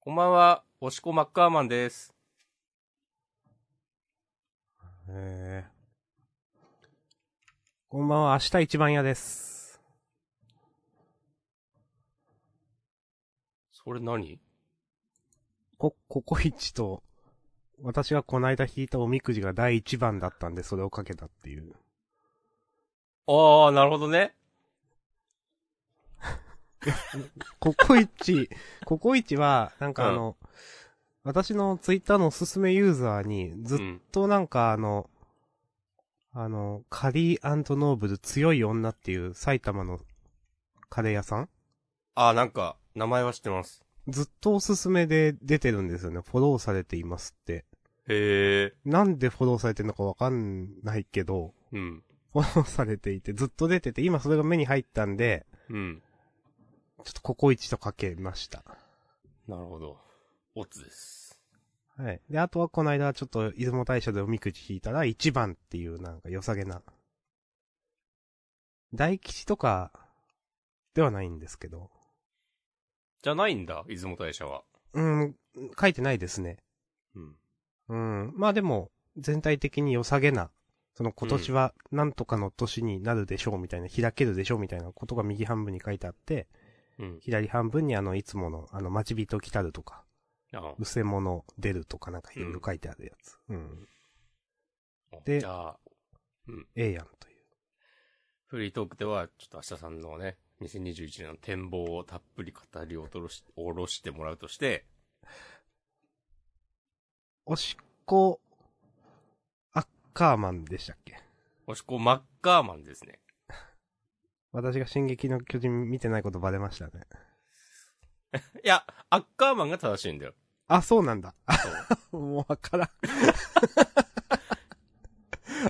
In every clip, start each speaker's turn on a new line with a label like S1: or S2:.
S1: こんばんは、おしこマッカーマンです。え
S2: こんばんは、明日一番屋です。
S1: ー、それ何
S2: こ、ココイチと、私がこないだ引いたおみくじが第一番だったんで、それをかけたっていう。
S1: ああ、なるほどね。
S2: ココイチ、 ココイチは、なんかあの、私のツイッターのおすすめユーザーに、ずっ
S1: うん。
S2: となんかあの、あの、カリーノーブル強い女っていう埼玉のカレー屋さん
S1: ああ、なんか、名前は知ってます。
S2: ずっとおすすめで出てるんですよね。フォローされていますって。
S1: へえ、
S2: なんでフォローされてるのかわかんないけど、
S1: うん。
S2: フォローされていて、ずっと出てて、今それが目に入ったんで、
S1: うん。
S2: ちょっとココイチとかけました。
S1: なるほど。オッツです。
S2: はい。で、あとはこの間、ちょっと、出雲大社でおみくじ引いたら、1番っていう、なんか良さげな。大吉とか、ではないんですけど。
S1: じゃないんだ、出雲大社は。
S2: うん、書いてないですね。
S1: うん。
S2: うん。まあでも、全体的に良さげな、その今年はなんとかの年になるでしょうみたいな、開けるでしょうみたいなことが右半分に書いてあって、
S1: うん。
S2: 左半分にあの、いつもの、あの、待ち人来たるとか、
S1: あ
S2: うせ者出るとかなんかいろいろ書いてあるやつ。うん。で
S1: じゃあ、
S2: ええやんという。
S1: フリートークでは、ちょっと明日さんのね、2021年の展望をたっぷり語りおとろし、おろしてもらうとして、
S2: おしっこ、アッカーマンでしたっけ
S1: おしこマッカーマンですね。
S2: 私が進撃の巨人見てないことバレましたね。
S1: いや、アッカーマンが正しいんだよ。
S2: あ、そうなんだ。
S1: そう
S2: もうわから ん。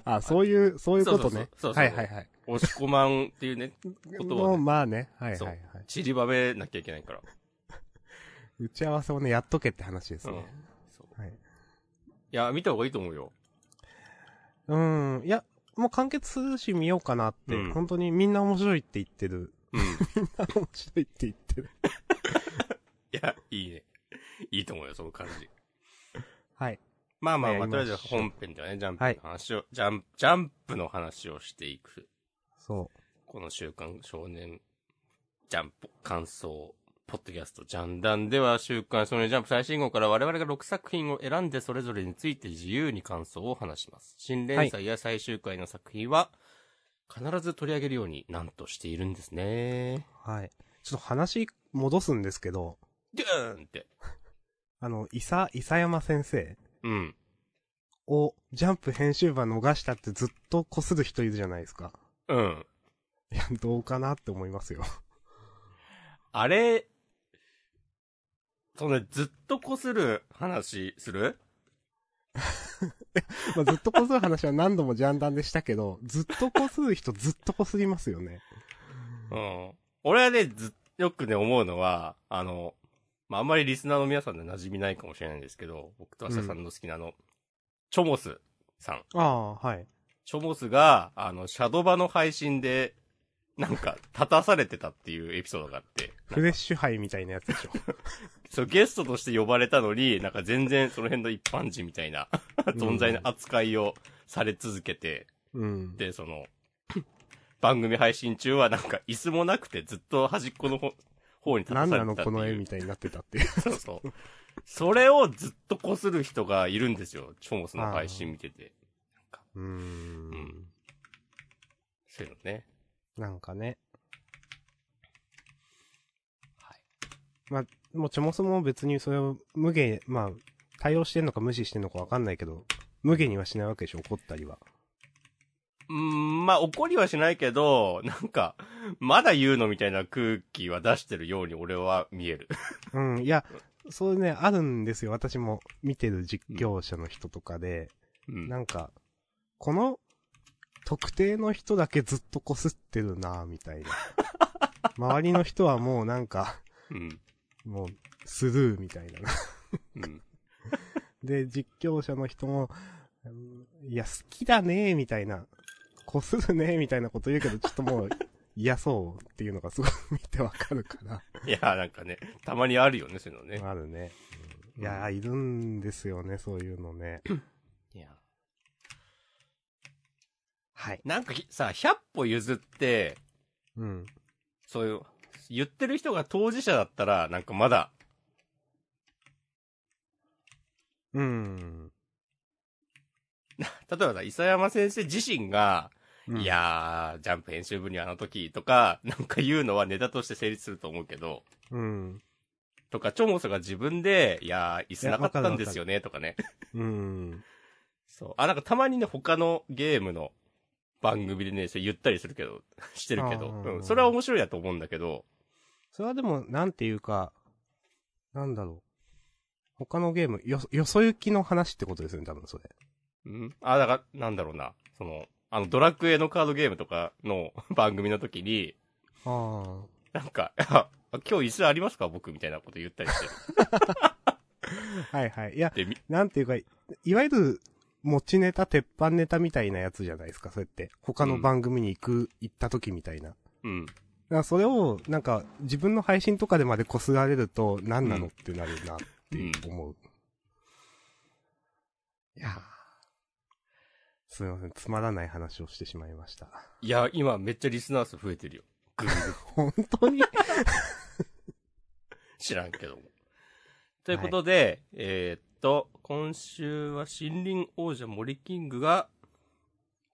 S2: あ、そういう、そういうことね。
S1: そうそうそうそうそう
S2: はいはいはい。
S1: おしこまんって いうね、ことはね
S2: もうまあね。はいはい
S1: そう
S2: はい。
S1: 散りばめなきゃいけないから。
S2: 打ち合わせをね、やっとけって話です
S1: うん
S2: ね。
S1: そう
S2: はい
S1: いや、見た方がいいと思うよ。
S2: うん。いや、もう完結するし見ようかなって、
S1: うん
S2: 本当にみんな面白いって言ってる。
S1: うん。 い
S2: 面白いって言ってる。
S1: や、いいね。いいと思うよ、その感じ。
S2: はい。
S1: まあまあま
S2: や
S1: あ、
S2: り
S1: とりあ
S2: ま
S1: え
S2: しょ
S1: ず
S2: う
S1: 本編ではね、ジャンプ
S2: は
S1: の
S2: い
S1: 話を、ジャンプ、ジャンプの話をしていく。
S2: そ
S1: この週刊少年ジャンプ感想、ポッドキャスト、ジャンダンでは週刊少年ジャンプ最新号から我々が6作品を選んでそれぞれについて自由に感想を話します。新連載や最終回の作品は必ず取り上げるようになんとしているんですね。
S2: う。はい。ちょっと話戻すんですけど、
S1: ドゥーンって。
S2: あの、伊佐、伊佐山先生
S1: うん。
S2: をジャンプ編集部は逃したってずっとこする人いるじゃないですか。
S1: うん。
S2: いや、どうかなって思いますよ。
S1: あれ、そのね、ずっとこする話する
S2: まあ、ずっとこする話は何度もジャンダンでしたけど、ずっとこする人ずっとこすりますよね。
S1: うん。俺はね、ず、よくね、思うのは、あの、まあ、あんまりリスナーの皆さんで馴染みないかもしれないんですけど、僕と明日さんの好きなあの、チョモスさん。
S2: ああ、はい。
S1: チョモスが、あの、シャドバの配信で、なんか、立たされてたっていうエピソードがあって、
S2: フレッシュ杯みたいなやつでしょ。
S1: そう、ゲストとして呼ばれたのに、なんか全然その辺の一般人みたいな、 存在の扱いをされ続けて、
S2: うん。
S1: で、その、 番組配信中はなんか椅子もなくてずっと端っこの方方に立た
S2: 何
S1: され
S2: な
S1: てた
S2: の
S1: っていう。
S2: この絵みたいになってたっていう。
S1: そうそう。それをずっとこする人がいるんですよ。チョモスの配信見てて。
S2: うー。
S1: うんん。そういうのね。
S2: なんかね。
S1: はい。
S2: もうちょもそも別にそれを無限、まあ、対応してんのか無視してんのかわかんないけど、無限にはしないわけでしょ、怒ったりは。
S1: うーん、まあ怒りはしないけど、なんか、まだ言うのみたいな空気は出してるように俺は見える。
S2: うん、いや、そういうね、あるんですよ。私も見てる実況者の人とかで、
S1: うん。
S2: なんか、この、特定の人だけずっとこすってるなぁみた いな。周りの人はもうなんか、
S1: うん。
S2: もう、スルーみたいな。
S1: うん。
S2: で、実況者の人も、うんいや、好きだねみたいな、こするねみたいなこと言うけど、ちょっともう、嫌そうっていうのがすごい見てわかるから。
S1: いや、なんかね、たまにあるよね、そういうのね。
S2: あるね。いやー、いるんですよね、そういうのね。
S1: いや。
S2: はい。
S1: なんかひさ、100歩譲って、
S2: うん。
S1: そういう、言ってる人が当事者だったら、なんかまだ、
S2: うん。
S1: 例えばさ、磯山先生自身が、
S2: うん
S1: い、やー、ジャンプ編集部にあの時とか、なんか言うのはネタとして成立すると思うけど、
S2: うん。
S1: とか、チョモソが自分で、いやー、椅子なかったんですよね、とかね。
S2: うん。
S1: そう。あ、なんかたまにね、他のゲームの番組でね、それ言ったりするけど、 してるけど、
S2: あー
S1: うん。それは面白いやと思うんだけど、
S2: それはでも、なんていうか、なんだろう。他のゲーム、よ、よそ行きの話ってことですよね、多分それ。
S1: うんあ、だから、なんだろうな。その、あの、ドラクエのカードゲームとかの 番組の時に、
S2: あ
S1: なんか、 あ今日椅子ありますか僕みたいなこと言ったりして。
S2: あ。はいはい。いや、
S1: で、み
S2: なんていうか、いわゆる、持ちネタ、鉄板ネタみたいなやつじゃないですか、そうやって。他の番組に行く、行った時みたいな。だか
S1: うん。
S2: らそれを、なんか、自分の配信とかでまでこすられると、何なのってなるな、って思う。いやーすいません、つまらない話をしてしまいました。
S1: いや、今めっちゃリスナー数増え てるよ。グググ
S2: 本当に
S1: 知らんけども。 ということで、えーっと、今週は森林王者森キングが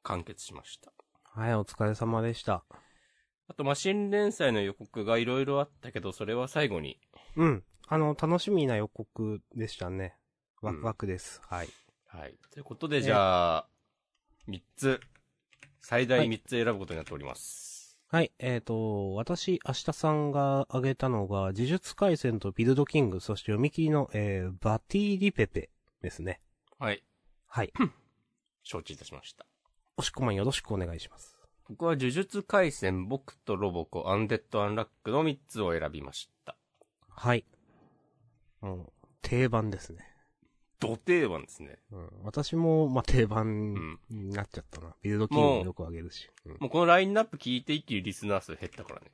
S1: 完結しました。
S2: はい、お疲れ様でした。
S1: あと、まあ、新連載の予告がいろいろあったけど、それは最後に。
S2: うん。あの、楽しみな予告でしたね。ワ
S1: ワク
S2: ク
S1: ワ
S2: ワクです。はい。
S1: はい。ということで、じゃあ、3つ、最大3つ選ぶことになっております。
S2: はい、えっ、と、私、明日さんが挙げたのが、呪術回戦とビルドキング、そして読み切りの、えー、バティリペペですね。
S1: はい。
S2: はい。
S1: 承知いたしました。
S2: おしこまんよろしくお願いします。
S1: 僕は呪術回戦、僕とロボコ、アンデッド・アンラックの3つを選びました。
S2: はい。うん。定番ですね。
S1: 土定番ですね。
S2: うん。私も、まあ、定
S1: う
S2: 番
S1: ん。
S2: になっちゃったな。ビルドキングもよく挙げるし。うん。
S1: もうこのラインナップ聞いて一気にリスナー数減ったからね。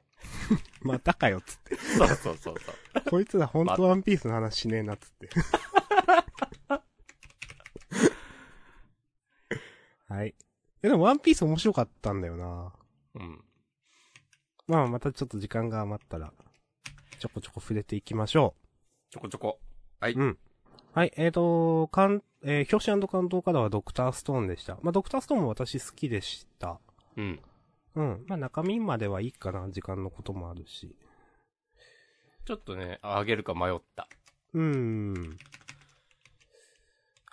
S2: またかよ、つって。
S1: そうそうそうそう。
S2: こいつらほんとワンピースの話しねえな、つ って。はい。いやでもワンピース面白かったんだよな。
S1: うん。
S2: まあまたちょっと時間が余ったら、ちょこちょこ触れていきましょ
S1: ちょこちょこ。
S2: う。うん。はい、えーと、かん、えー、表紙関東からはドクターストーンでした。まあドクターストーンも私好きでした。
S1: うん。
S2: うん。まあ中身まではいいかな、時間のこともあるし。
S1: ちょっとね、あげるか迷った。
S2: うーん。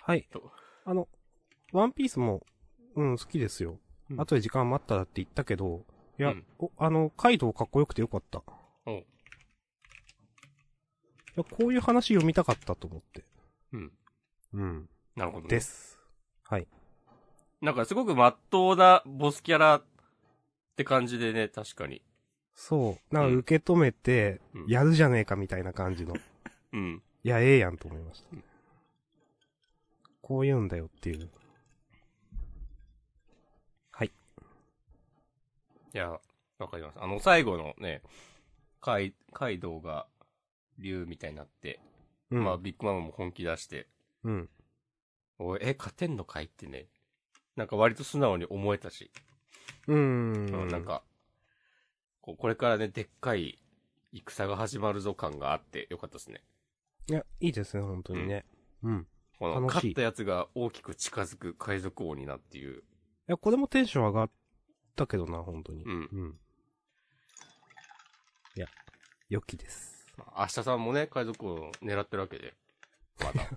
S2: はい
S1: と。
S2: あの、ワンピースも、うん、好きですよ。
S1: うん
S2: 後で時間余ったらって言ったけど、いや、
S1: うん
S2: おあの、カイドウかっこよくてよかった。い
S1: おう
S2: や、こういう話読みたかったと思って。
S1: うん。
S2: うん。
S1: なるほど、ね。
S2: です。はい。
S1: なんかすごく真っ当なボスキャラって感じでね、確かに。
S2: そう。なんか受け止めて
S1: うん、
S2: やるじゃねえかみたいな感じ の。い
S1: うん。
S2: や、ええやんと思いました。こう言うんだよっていう。はい。
S1: いや、わかります。あの、最後のね、カイ、カイドウが竜みたいになって、
S2: うん。
S1: まあ、ビッグマムも本気出して、
S2: うん。
S1: おい、え、勝てんのかいってね、なんか割と素直に思えたし、
S2: う
S1: うん
S2: ん。
S1: なんか、こう、これからね、でっかい戦が始まるぞ感があってよかったですね。
S2: いや、いいですね、本当にね。うん。
S1: この、
S2: 楽
S1: 勝
S2: しい
S1: ったやつが大きく近づく海賊王になっていう、
S2: いや、これもテンション上がったけどな、本当に。
S1: うん
S2: うん。いや、良きです。
S1: まあ、明日さんもね、海賊王を狙ってるわけで、まだ。
S2: い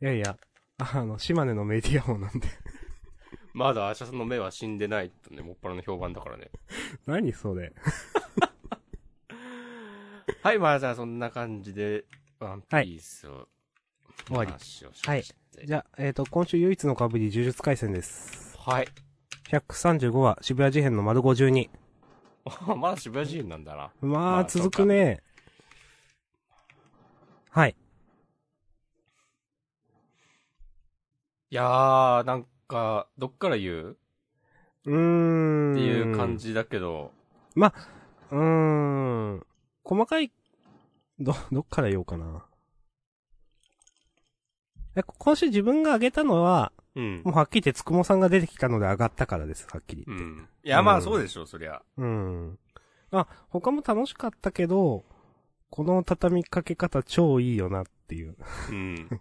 S2: やいや、あの、島根のメディア王なんで。
S1: まだアーシャさんの目は死んでないとね、もっぱらの評判だからね。
S2: 何それ。
S1: はい、まあじゃあそんな感じで、ワンピースを、
S2: 終わり
S1: 話をしまして。
S2: じゃあ、えっ、と、今週唯一の被り、呪術回戦です。
S1: はい。
S2: 135話、渋谷事変の丸52。
S1: あ まだ渋谷人なんだな。ま
S2: ま
S1: あ
S2: あ、続くね。はい。
S1: いやー、なんか、どっから言う
S2: うーん。
S1: っていう感。じだけど、
S2: うーん。細かい、ど、 どっから言おうかな。え今週自分が上げたのは、
S1: うん
S2: も。うはっきり言ってつくもさんが出てきたので上がったからです、はっきり
S1: う
S2: 言って。
S1: ん。いや、まあそうでしょ、そりゃ。
S2: うん。あ、他も楽しかったけど、この畳みかけ方超いいよなっていう。
S1: うん。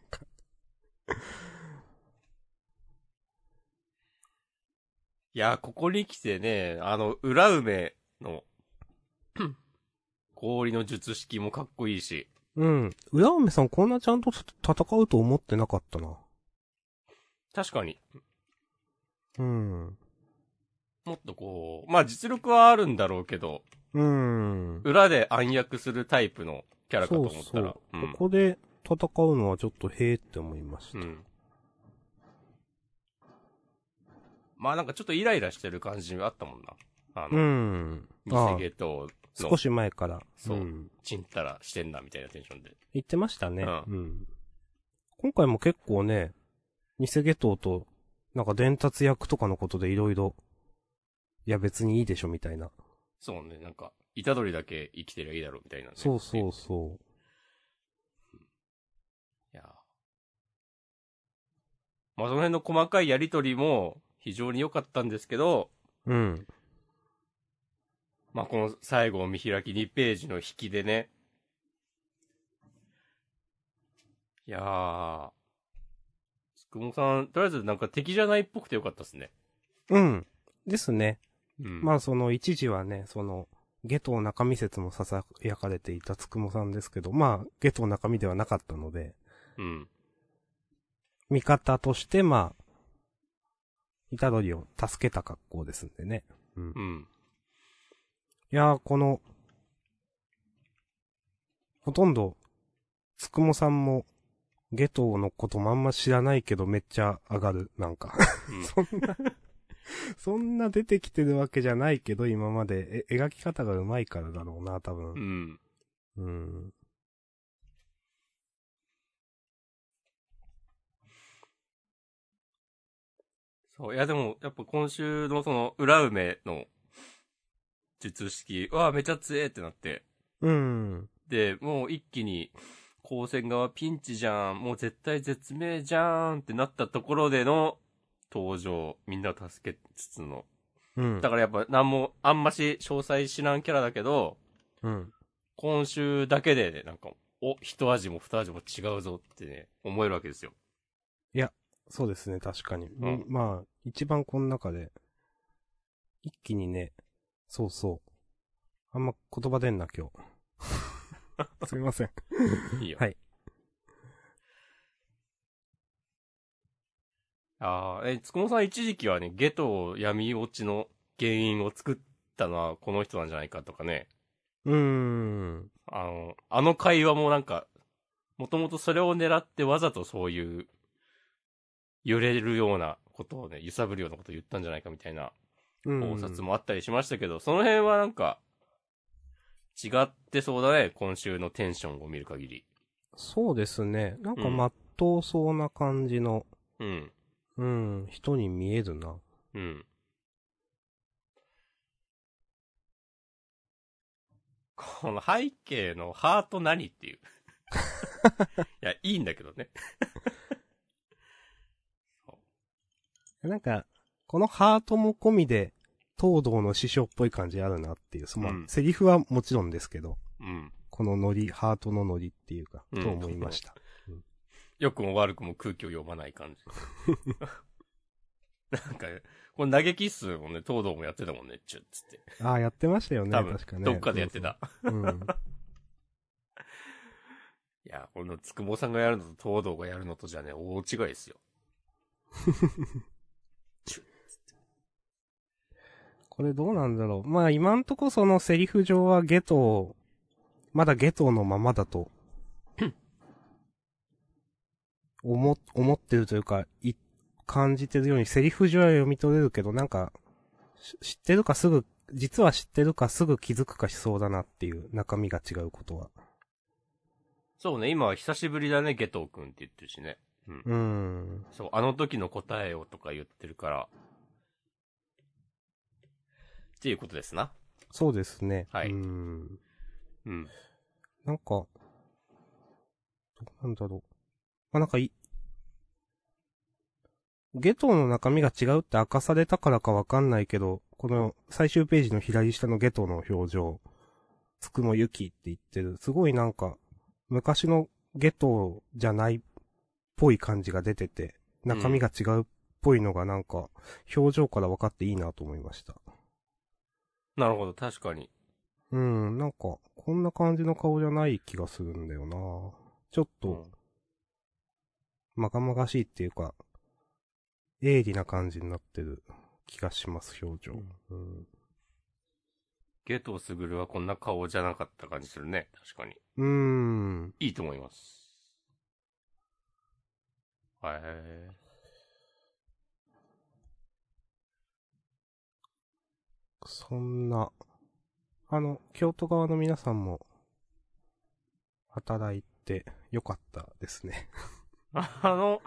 S1: いや、ここに来てね、あの、裏梅 の、氷の術式もかっこいいし、
S2: うん。浦梅さんこんなちゃんと戦うと思ってなかったな。
S1: 確かに、
S2: うん。
S1: もっとこう、まあ実力はあるんだろうけど、
S2: うん。
S1: 裏で暗躍するタイプのキャラかと思ったら、
S2: そうそうここで戦うのはちょっとへーって思いました。
S1: うん。うん。まあなんかちょっとイライラしてる感じがあったもんな。あ
S2: う
S1: の、
S2: ん。
S1: 見
S2: あ
S1: せ
S2: あ
S1: ゲとの
S2: 少し前から。
S1: そうんちんたらしてんな、みたいなテンションで。
S2: 言ってましたね。
S1: う
S2: うん今回も結構ね、偽ゲトウと、なんか伝達役とかのことでいろいろ、いや別にいいでしょみたいな。
S1: そうね、なんか、イタドリだけ生きてりゃいいだろう、みたいな、ね。
S2: そうそ
S1: いう
S2: そ
S1: や。まあ、その辺の細かいやりとりも、非常に良かったんですけど、
S2: う。うん。
S1: まあ、この最後見開き2ページの引きでね。いやー。つくもさん、とりあえずなんか敵じゃないっぽくて良かったですね。
S2: うん。ですね。
S1: うん。
S2: まあその一時はね、その、ゲトウ中身説も囁かれていたつくもさんですけど、まあ、ゲトウ中身ではなかったので、
S1: うん。
S2: 味方として、まあ、イタドリを助けた格好ですんでね。うん
S1: うん。
S2: いやー、この、ほとんど、つくもさんも、ゲトウのこともあんま知らないけどめっちゃ上がる、なんか。
S1: うん
S2: そんな、そんな出てきてるわけじゃないけど、今まで、え、描き方が上手いからだろうな、多
S1: う
S2: 分。
S1: ん。
S2: うん。
S1: そう、いやでも、やっぱ今週のその、裏梅の、術式、うわ、めちゃ強えってなって、
S2: うん。
S1: で、もう一気に、光線側ピンチじゃん、もう絶対絶命じゃんってなったところでの、登場、みんなを助けつつの。
S2: うん
S1: だ。からやっぱ、なんも、あんまし詳細知らんキャラだけど、
S2: うん。
S1: 今週だけでね、なんか、お、一味も二味も違うぞってね、思えるわけです よ。
S2: そうですね、確かに。
S1: ん
S2: まあ、一番この中で、一気にね、そうそう。あんま言葉出んな、今日。すみません。
S1: いいよ。
S2: はい。
S1: ああ、え、つくもさん一時期はね、ゲト闇落ちの原因を作ったのはこの人なんじゃないかとかね。
S2: うーん。
S1: あの、あの会話もなんか、もともとそれを狙ってわざとそういう、揺れるようなことをね、揺さぶるようなことを言ったんじゃないかみたいな
S2: うん
S1: 考察。もあったりしましたけど、その辺はなんか、違ってそうだね、今週のテンションを見る限り。
S2: そうですね。なんか
S1: うん
S2: まっとうそうな感じの、
S1: うん、
S2: うん、人に見えるな。
S1: うん。この背景のハート何って いう。いや、いいんだけどね。
S2: なんか、このハートも込みで、東堂の師匠っぽい感じあるなっていう。そまあ
S1: うん
S2: セリフはもちろんですけど、
S1: うん。
S2: このノリ、ハートのノリっていうか、
S1: うん
S2: と思いました。
S1: 良くも悪くも空気を読まない感 じ。なんか、この投げキッスもね、東堂もやってたもんね、チュッつって。
S2: ああ、やってましたよね、
S1: 多分、
S2: 確かね。
S1: どっかでやってた。
S2: そうそう。うん。
S1: いや、このつくもさんがやるのと東堂がやるのとじゃね、大違いですよ。
S2: これどうなんだろう。まあ今んとこそのセリフ上はゲトをまだゲトのままだと、思、思ってるというか、い、感じてるようにセリフ上は読み取れるけど、なんか、し知ってるかすぐ、実は知ってるかすぐ気づくかしそうだなっていう中身が違うことは。
S1: そうね、今は久しぶりだね、ゲトウくんって言ってるしね。うん。
S2: うーん。
S1: そう、あの時の答えをとか言ってるから、っていうことですな。
S2: そうですね。
S1: はい
S2: うん。
S1: うん。
S2: なんか、どうなんだろう。まあ、なんかい、ゲトの中身が違うって明かされたからかわかんないけど、この最終ページの左下のゲトの表情、つくもゆきって言ってる。すごいなんか、昔のゲトじゃないっぽい感じが出てて、中身が違うっぽいのがなんか、表情から分かっていいなと思いました。
S1: なるほど、確かに。
S2: うん、なんか、こんな感じの顔じゃない気がするんだよなちょっと、
S1: うん
S2: まがまがしいっていうか、鋭利な感じになってる気がします、表情。うん。
S1: ゲトウスグルはこんな顔じゃなかった感じするね。確かに。
S2: うーん。
S1: いいと思います。へ
S2: そんな、あの、京都側の皆さんも、働いてよかったですね。
S1: ーあの、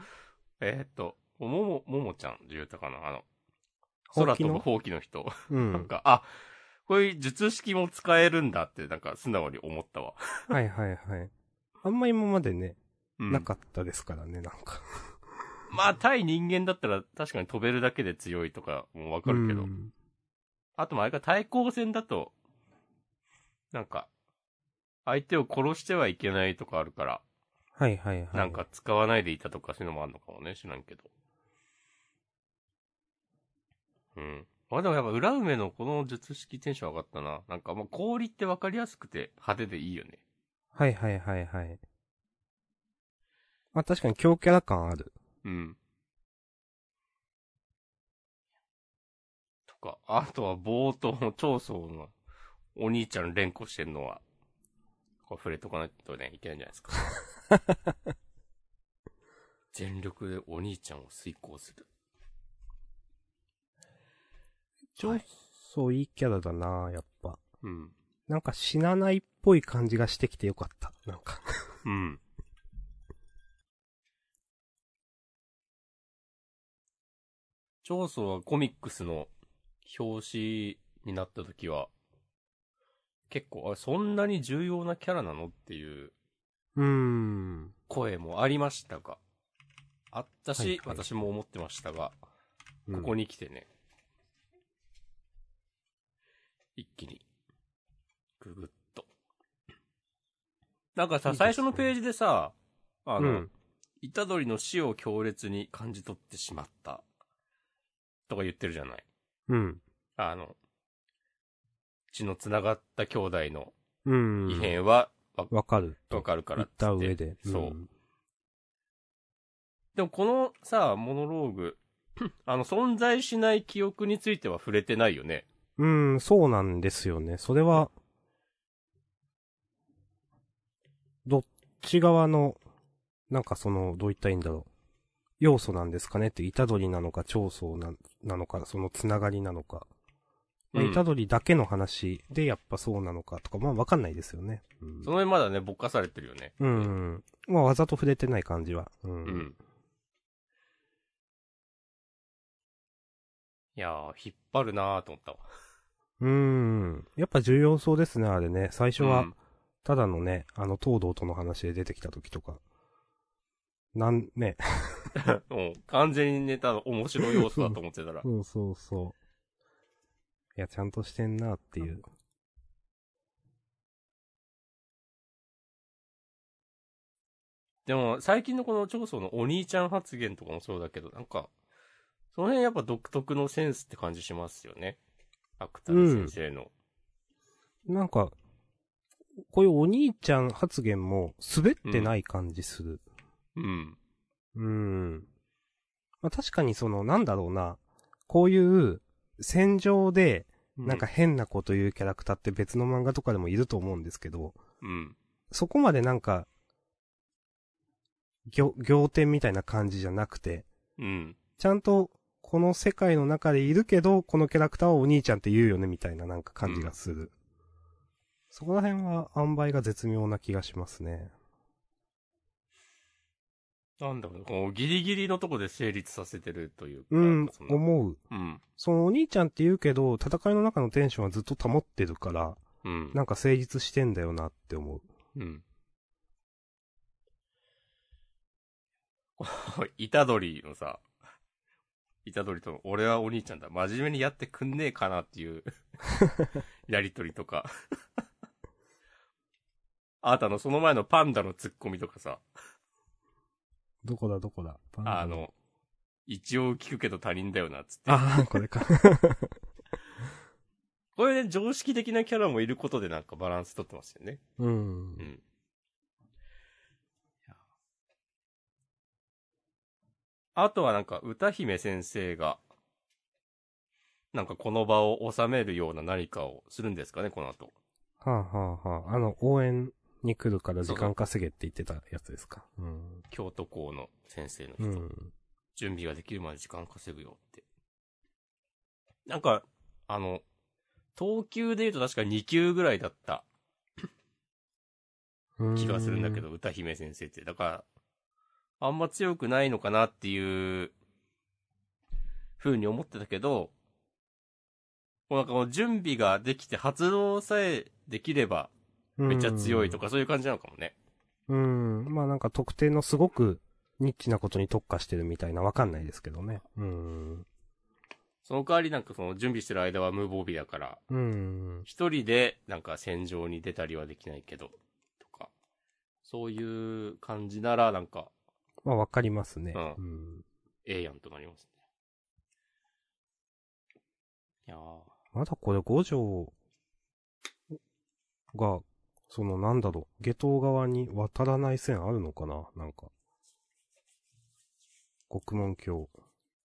S1: えーっと、もも、ももちゃんって言ったかなあの、 空飛ぶほうきの人。
S2: う
S1: なん
S2: ん。
S1: か、あ、こういう術式も使えるんだって、なんか素直に思ったわ。
S2: はいはいはい。あんま今までね、
S1: うん
S2: なかったですからね、なんか。
S1: まあ、対人間だったら確かに飛べるだけで強いとかもわかるけど。
S2: うん
S1: あと、まあ、あれか対抗戦だと、なんか、相手を殺してはいけないとかあるから、
S2: はいはいはい。
S1: なんか使わないでいたとかそういうのもあるのかもね、知らんけど。うん。まあでもやっぱ裏梅のこの術式テンション上がったな。なんかまあ氷ってわかりやすくて派手でいいよね。
S2: はいはいはいはい。まあ確かに強キャラ感ある。
S1: うん。とか、あとは冒頭の長宗のお兄ちゃん連呼してんのは、これ触れとかないとね、いけないんじゃないですか。全力でお兄ちゃんを遂行する。
S2: ちょそういいキャラだなやっぱ。
S1: うん。
S2: なんか死なないっぽい感じがしてきてよかった。なんか。
S1: うん。長宗はコミックスの表紙になった時は、結構、あ、そんなに重要なキャラなのって いう
S2: うーん。
S1: 声もありましたが、あったし、
S2: はいはい
S1: 私も思ってましたが、
S2: うん
S1: ここに来てね、一気に、ぐぐっと。なんかさ、
S2: いいです
S1: 最
S2: ね
S1: 初のページでさ、あ
S2: う
S1: の、
S2: ん。
S1: 虎杖の死を強烈に感じ取ってしまった。とか言ってるじゃない。
S2: うん。
S1: あの、血の繋がった兄弟の
S2: うん。
S1: 異変はわ
S2: わかる。
S1: わかるから
S2: 言
S1: っ
S2: っ
S1: つって
S2: た上で。。
S1: そうんでもこのさ、モノローグ、あの、存在しない記憶については触れてないよね。
S2: うん、そうなんですよね。それは、どっち側の、なんかその、どう言ったらいいんだろう。要素なんですかねって、イタドリなのか、長宗ななのか、そのつながりなのか。まあ、
S1: うん
S2: イタドリだけの話でやっぱそうなのかとか、まあわかんないですよね。うん
S1: その辺まだね、ぼっかされてるよね。
S2: うん。まあわざと触れてない感じは。うん。
S1: うん。いやー、引っ張るなーと思ったわ。
S2: うんやっぱ重要そうですね、あれね。最初は、
S1: うん
S2: ただのね、あの、東堂との話で出てきた時とか。なん、ね。
S1: もう完全にネタの面白い要素だと思ってたら。
S2: そうそうそう。いや、ちゃんとしてんなっていう。
S1: でも、最近のこの長宗のお兄ちゃん発言とかもそうだけど、なんか、その辺やっぱ独特のセンスって感じしますよね。芥見先生の。
S2: なんか、こういうお兄ちゃん発言も滑ってない感じする。
S1: うん。
S2: うん。まあ、確かにその、なんだろうな。こういう、戦場で、なんか、変なこと言うキャラクターって別の漫画とかでもいると思うんですけど、
S1: うん。
S2: そこまでなんか、行、行天みたいな感じじゃなくて、
S1: うん。
S2: ちゃんと、この世界の中でいるけど、このキャラクターはお兄ちゃんって言うよね、みたいななんか感じがする。そこら辺は、塩梅が絶妙な気がしますね。
S1: なんだろうね、こうギリギリのとこで成立させてるというか。
S2: うん
S1: そ、の
S2: 思う。
S1: うん。
S2: そのお兄ちゃんって言うけど、戦いの中のテンションはずっと保ってるから、
S1: うん。
S2: なんか成立してんだよなって思う。
S1: うん。いたどりのさ、いたどりと、俺はお兄ちゃんだ。真面目にやってくんねえかなって いう、やりとりとか。 あなたのその前のパンダのツッコミとかさ、
S2: どこだどこだパンダ
S1: あ、の、一応聞くけど他人だよな、つって。
S2: ああ、これか。
S1: これね、常識的なキャラもいることでなんかバランス取ってますよね。
S2: うん
S1: う。ん。あとはなんか、歌姫先生が、なんかこの場を収めるような何かをするんですかね、この後。
S2: はあはあはあ。あの、応援に来るから時間稼げって言ってたやつですか。うん。
S1: 京都校の先生の人、
S2: うん。
S1: 準備ができるまで時間稼ぐよって。なんか、あの、等級で言うと確か2級ぐらいだった
S2: うん
S1: 気がするんだけ。ど、歌姫先生って。だから、あんま強くないのかなっていう、風に思ってたけど、もうなんかもう準備ができて発動さえできればめっちゃ強いとかそういう感じなのかもね。
S2: うん。うん。まあなんか特定のすごくニッチなことに特化してるみたいなわかんないですけどね。うん。
S1: その代わりなんかその準備してる間は無防備だから、
S2: うん。
S1: 一人でなんか戦場に出たりはできないけど、とか、そういう感じならなんか
S2: まあわかりますね。
S1: うん
S2: うん。
S1: ええやんとなりますね。いやー。
S2: まだこれ五条が、そのなんだろう、下等側に渡らない線あるのかななんか。国門橋、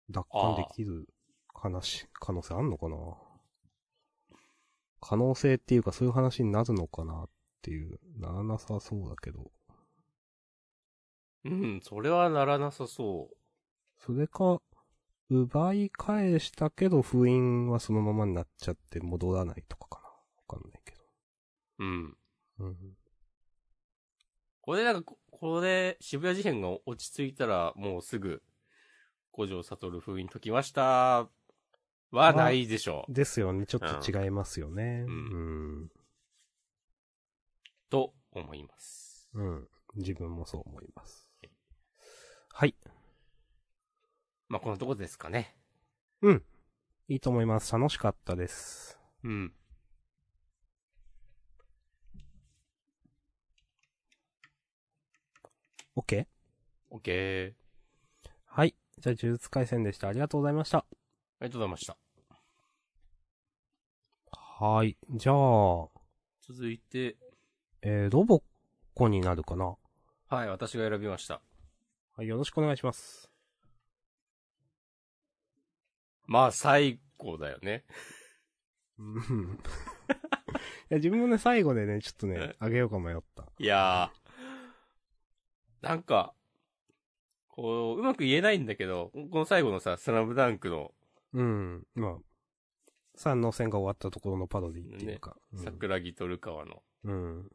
S2: 奪還できる話、可能性あんのかな可能性っていうかそういう話になるのかなっていう、ならなさそうだけど。
S1: うん、それはならなさそう。
S2: それか、奪い返したけど封印はそのままになっちゃって戻らないとかかなわかんないけ
S1: うん。
S2: ど。うん。
S1: これなんかこ、これ、渋谷事変が落ち着いたら、もうすぐ、五条悟封印解きました。はないでしょう。
S2: ですよね。ちょっと違いますよね。
S1: う
S2: うんん。
S1: と思います。
S2: うん。自分もそう思います。はい。
S1: まあ、このとこですかね。
S2: うん。いいと思います。楽しかったです。
S1: うん。
S2: OK?
S1: オッケー。
S2: はい。じゃあ、呪術回戦でした。ありがとうございました。
S1: ありがとうございました。
S2: はい。じゃあ、
S1: 続いて、
S2: えー、ロボッコになるかな。
S1: はい、私が選びました。
S2: はい。よろしくお願いします。
S1: まあ、最後だよね。
S2: うん。 いや、自分もね、最後でね、ちょっと
S1: え
S2: ね、あげようか迷った。
S1: いやー、なんか、こう、うまく言えないんだけど、この最後のさ、スラムダンクの
S2: うん。まあ、三能戦が終わったところのパロディっていうか。うん
S1: 桜木とるかわの、
S2: うん。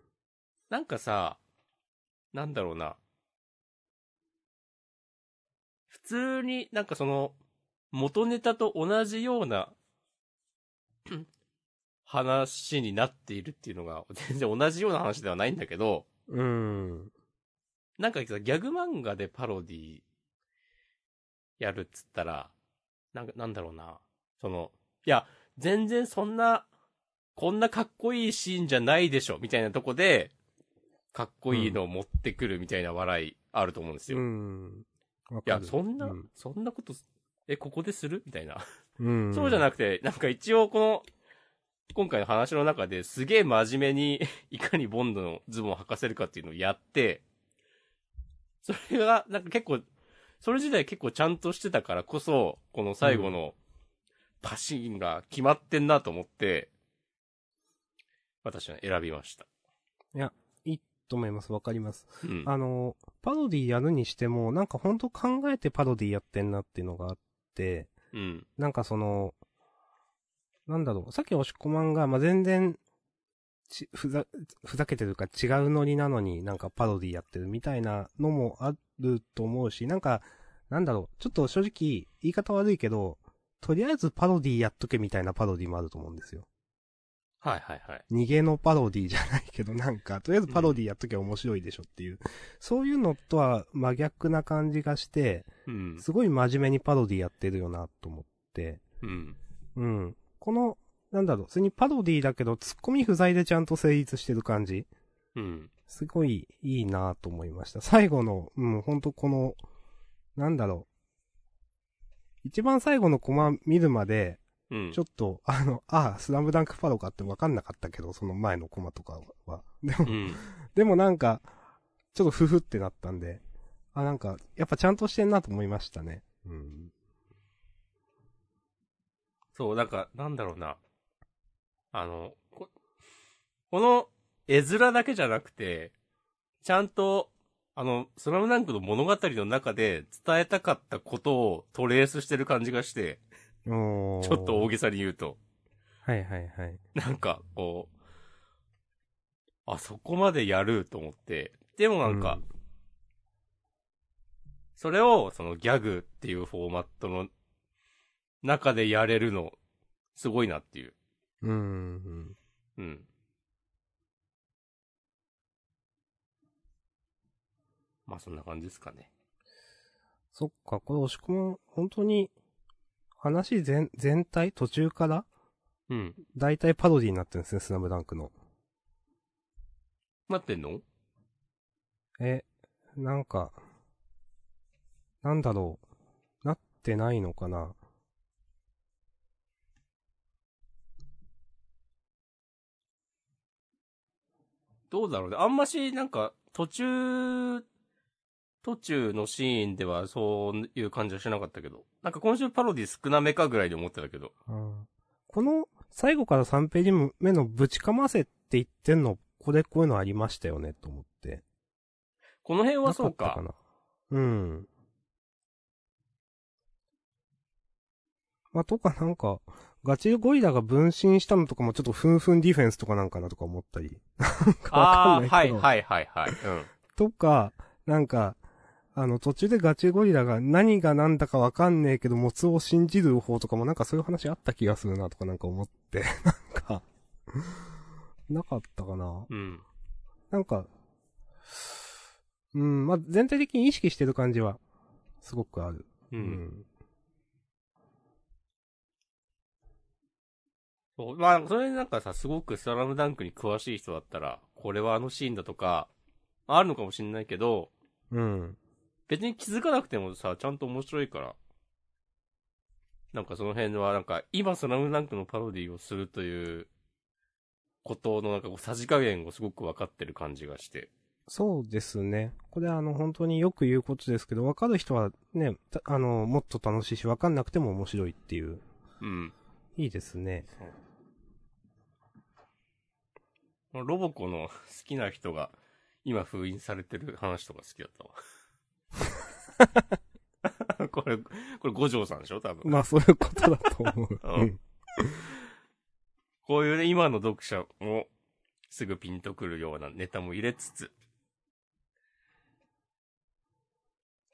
S1: なんかさ、なんだろうな。普通になんかその、元ネタと同じような、話になっているっていうのが、全然同じような話ではないんだけど、
S2: うん。
S1: なんかさ、ギャグ漫画でパロディ、やるっつったら、なんか、なんだろうな。その、いや、全然そんな、こんなかっこいいシーンじゃないでしょ、みたいなとこで、かっこいいのを持ってくるみたいな笑いあると思うんですよ。
S2: う
S1: い
S2: ん。わか
S1: や、
S2: る
S1: そんな、
S2: うん
S1: そんなことす、え、ここでするみたいな。
S2: うん。
S1: そうじゃなくて、なんか一応この、今回の話の中ですげえ真面目に、 いかにボンドのズボンを履かせるかっていうのをやって、それが、なんか結構、それ自体結構ちゃんとしてたからこそ、この最後のパシーンが決まってんなと思って、私は選びました。
S2: と思います。わかります。
S1: うん。
S2: あの、パロディやるにしても、なんかほんと考えてパロディやってんなっていうのがあって、
S1: うん。
S2: なんかその、なんだろう、さっき押し込まんが、まあ、全然、ちふざ、ふざけてるか違うノリなのになんかパロディやってるみたいなのもあると思うし、なんか、なんだろう、ちょっと正直言い方悪いけど、とりあえずパロディやっとけみたいなパロディもあると思うんですよ。
S1: はいはいはい。
S2: 逃げのパロディじゃないけど、なんか、とりあえずパロディやっとけば面白いでしょっていう、そういうのとは真逆な感じがして、
S1: うん。
S2: すごい真面目にパロディやってるよなと思って、
S1: うん。
S2: うん。この、なんだろう、普通にパロディだけど、ツッコミ不在でちゃんと成立してる感じ
S1: うん。
S2: すごいいいなと思いました。最後の、うん、ほんとこの、なんだろう。一番最後のコマ見るまで、
S1: うん。
S2: ちょっと、あの、ああ、スラムダンクパロかって分かんなかったけど、その前のコマとかは。でも、
S1: うん。
S2: でもなんか、ちょっとふふってなったんで、あ、なんか、やっぱちゃんとしてんなと思いましたね。うん。
S1: そう、なんか、なんだろうな。あの、ここの絵面だけじゃなくて、ちゃんと、あの、スラムダンクの物語の中で伝えたかったことをトレースしてる感じがして、
S2: おー
S1: ちょっと大げさに言うと。
S2: はいはいはい。
S1: なんか、こう、あ、そこまでやると思って。でもなんか、
S2: うん
S1: それを、そのギャグっていうフォーマットの中でやれるの、すごいなっていう。
S2: うんうん。
S1: うん。まあそんな感じですかね。
S2: そっか、これ押し込む、本当に、話全、全体、途中から、
S1: うん。
S2: 大体パロディになってるんですね、スラムダンクの。
S1: 待ってんの
S2: え、なんか、なんだろう、なってないのかな。
S1: どうだろうね。あんまし、なんか、途中、途中のシーンではそういう感じはしなかったけど。なんか今週パロディ少なめかぐらいで思ってたけど。
S2: うんこの、最後から3ページ目のぶちかませって言ってんの、これこういうのありましたよね、と思って。
S1: この辺はそう
S2: な
S1: か。
S2: ったな。うん。まあ、とかなんか、ガチゴリラが分身したのとかもちょっとふんふんディフェンスとかなんかなとか思ったり。なんかわ
S1: あ
S2: かん
S1: あー、
S2: ない
S1: は
S2: け
S1: い
S2: ど。
S1: はいはいはい。うん。
S2: とか、なんか、あの、途中でガチゴリラが何が何だかわかんねえけど、モツを信じる方とかもなんかそういう話あった気がするなとかなんか思って、 なんか、なかったかな。
S1: うん。
S2: なんか、うん、まあ、全体的に意識してる感じは、すごくある。
S1: う。。
S2: うん
S1: そうまあ、それなんかさ、すごくスラムダンクに詳しい人だったら、これはあのシーンだとか、あるのかもしれないけど、
S2: うん。
S1: 別に気づかなくてもさ、ちゃんと面白いから。なんかその辺は、なんか、今スラムダンクのパロディをするという、ことのなんかこうさじ加減をすごく分かってる感じがして。
S2: そうですね。これあの、本当によく言うことですけど、わかる人はね、たあの、もっと楽しいし、わかんなくても面白いっていう、
S1: うん。
S2: いいですね。
S1: ロボコの好きな人が今封印されてる話とか好きだった わ。これ、これ五条さんでしょ多分。
S2: まあ、そういうことだと思 う。
S1: うん
S2: うん。
S1: こういうね、今の読者もすぐピンとくるようなネタも入れつつ。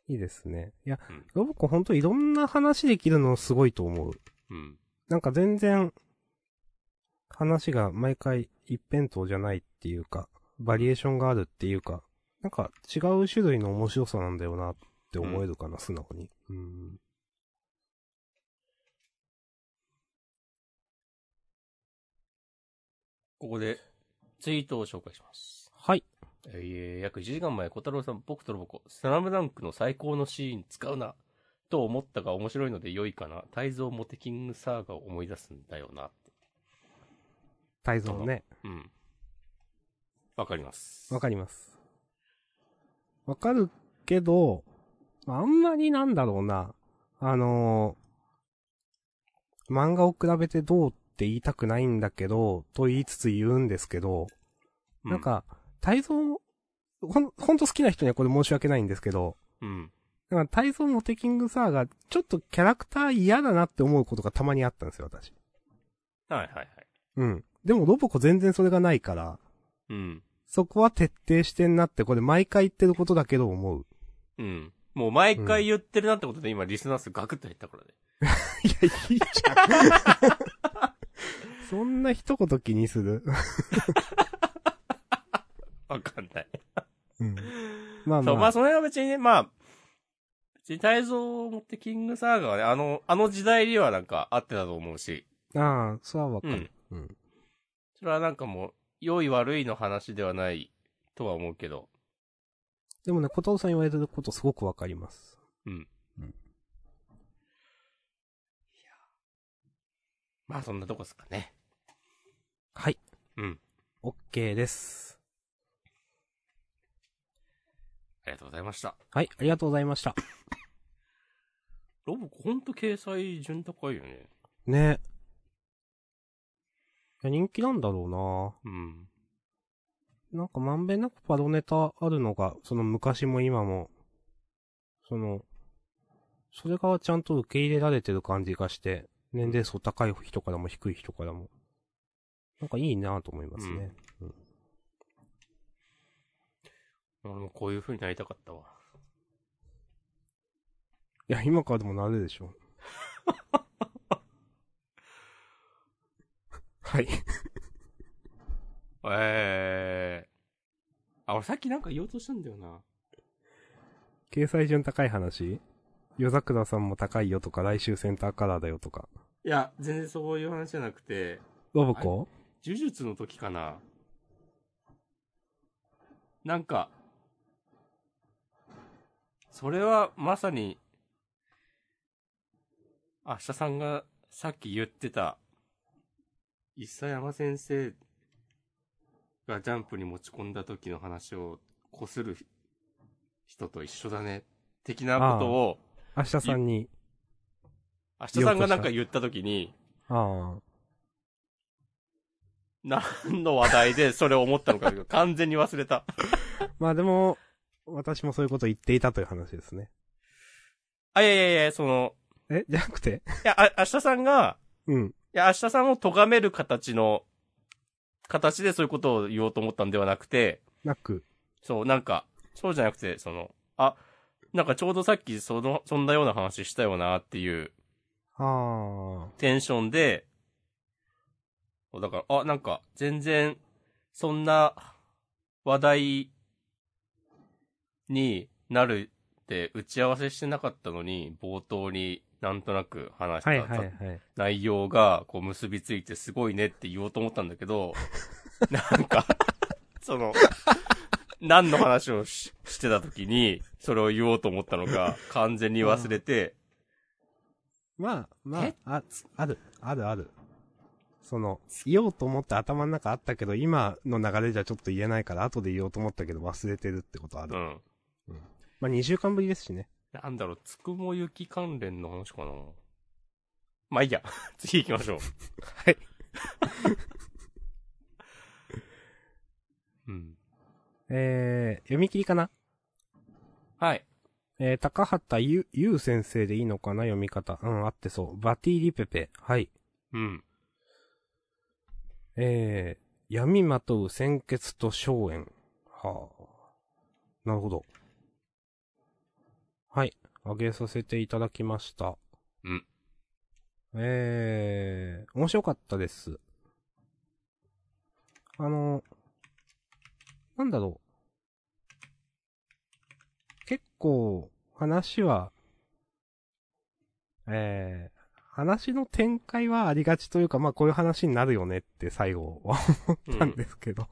S2: いいですね。いや
S1: うん、
S2: ロボコ本当いろんな話できるのすごいと思う。
S1: うん。
S2: なんか全然、話が毎回一辺倒じゃないっていうか、バリエーションがあるっていうか、なんか違う種類の面白さなんだよなって思えるかな、素直に。うん。
S1: ここでツイートを紹介します。
S2: はい。
S1: えー約1時間前、小太郎さん、僕とロボコ、スラムダンクの最高のシーン使うな、と思ったが面白いので良いかな。泰造モテキングサーガを思い出すんだよな、って。
S2: 泰造ね。
S1: うん。わかります。
S2: わかります。わかるけど、あんまりなんだろうな。あのー漫画を比べてどうって言いたくないんだけど、と言いつつ言うんですけど、
S1: う
S2: なん、か、泰造、ほん、ほんと好きな人にはこれ申し訳ないんですけど、
S1: うん。
S2: なんか泰造モテキングサーが、ちょっとキャラクター嫌だなって思うことがたまにあったんですよ、私。
S1: はいはいはい。
S2: うん。でもロボコ全然それがないから、
S1: うん。
S2: そこは徹底してんなって、これ毎回言ってることだけど思う。
S1: うん。もう毎回言ってるなってことで、今リスナー数ガクッと減ったからね。
S2: いや、いいじゃん。 そんな一言気にする、
S1: わかんない。
S2: うん、まあま
S1: そ
S2: あ、
S1: う、まあそれは別にね、まあ、別に大蔵を持ってキングサーガはね、あの、あの時代にはなんか合ってたと思うし、
S2: ああ、それはわか
S1: う
S2: る
S1: ん。。
S2: うん。
S1: それはなんかもう、良い悪いの話ではないとは思うけど、
S2: でもね、小太郎さん言われてることすごくわかります。
S1: まあそんなとこですかね。
S2: はい。
S1: うん。
S2: OK です。
S1: ありがとうございました。
S2: はい、ありがとうございました。
S1: ロボコほんと掲載順高いよね。
S2: ねいや人気なんだろうな
S1: うん。
S2: なんかまんべんなくパロネタあるのが、その昔も今も、その、それがちゃんと受け入れられてる感じがして、年齢層高い人からも低い人からも。なんかいいなと思いますね。
S1: 俺もこういう風になりたかったわ。
S2: いや、今からでもなるでしょ。はい。
S1: ええあ、俺さっきなんか言おうとしたんだよな。
S2: 掲載順高い話夜桜さんも高いよとか、来週センターカラーだよとか。
S1: いや、全然そういう話じゃなくて、
S2: ロボコ
S1: 呪術の時かななんか、それはまさに、明日さんがさっき言ってた、一切山先生がジャンプに持ち込んだ時の話をこする人と一緒だね、的なことを、
S2: 明日さんに。
S1: 明日さんがなんか言った時に、
S2: ああ。
S1: 何の話題でそれを思ったのか、完全に忘れ た。
S2: まあでも、私もそういうこと言っていたという話ですね。
S1: あ、いやいやいや、その、
S2: えじゃなくて
S1: いや、あ、明日さんが、
S2: うん。
S1: いや、明日さんを咎める形の、形でそういうことを言おうと思ったんではなくて、
S2: なく。
S1: そう、なんか、そうじゃなくて、その、あ、なんかちょうどさっきその、そんなような話したよなっていう
S2: あ
S1: テンションで、そうだから、あ、なんか、全然、そんな話題になるって打ち合わせしてなかったのに、冒頭になんとなく話し
S2: あ。
S1: た、
S2: はいはいはい。
S1: 内容がこう結びついてすごいねって言おうと思ったんだけ ど、なんか、その、何の話をししてた時に、それを言おうと思ったのか、完全に忘れて、
S2: まあ、ま
S1: え
S2: あ、あ、ある、あるある。その、言おうと思って頭の中あったけど、今の流れじゃちょっと言えないから、後で言おうと思ったけど忘れてるってことある。
S1: うん。
S2: まあ2週間ぶりですしね。。
S1: なんだろう、つくもゆき関連の話かな。まあいいや、 次行きましょう。はい うん。
S2: えー、読み切りかな
S1: はい。
S2: えー、高畑ゆ、ゆう先生でいいのかな読み方。うん、合ってそう。バティリペペ。はい。
S1: うん。
S2: えー、闇まとう鮮血と荘園。はあ。なるほど。はい。あげさせていただきました。
S1: うん。
S2: えー、面白かったです。あの、なんだろう。結構、話は、えー、話の展開はありがちというか、まあこういう話になるよねって最後は
S1: うん
S2: なんですけど。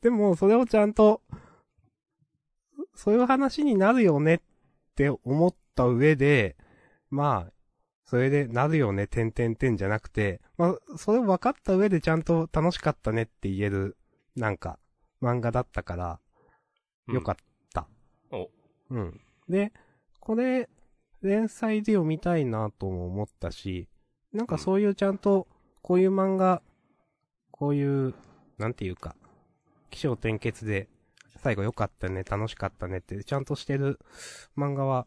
S2: でも、それをちゃんと、そういう話になるよねって思った上で、まあ、それでなるよね、てんてんてんじゃなくて、まあ、それを分かった上でちゃんと楽しかったねって言える、なんか、漫画だったから、よかった。
S1: うんお
S2: うん。で、これ、連載で読みたいなとも思ったし、なんかそういうちゃんと、こういう漫画、こういう、なんていうか、気象転結で、最後良かったね、楽しかったねって、ちゃんとしてる漫画は、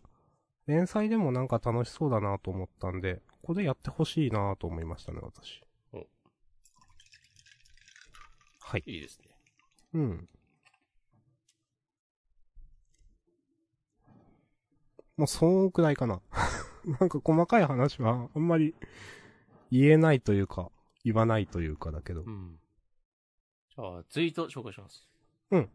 S2: 連載でもなんか楽しそうだなと思ったんで、これやってほしいなと思いましたね、私。はい。
S1: いいですね。
S2: うん。もうそうくらいかな。 なんか細かい話はあんまり言えないというか、言わないというかだけど
S1: う。ん。じゃあ、ツイート紹介します。
S2: うん。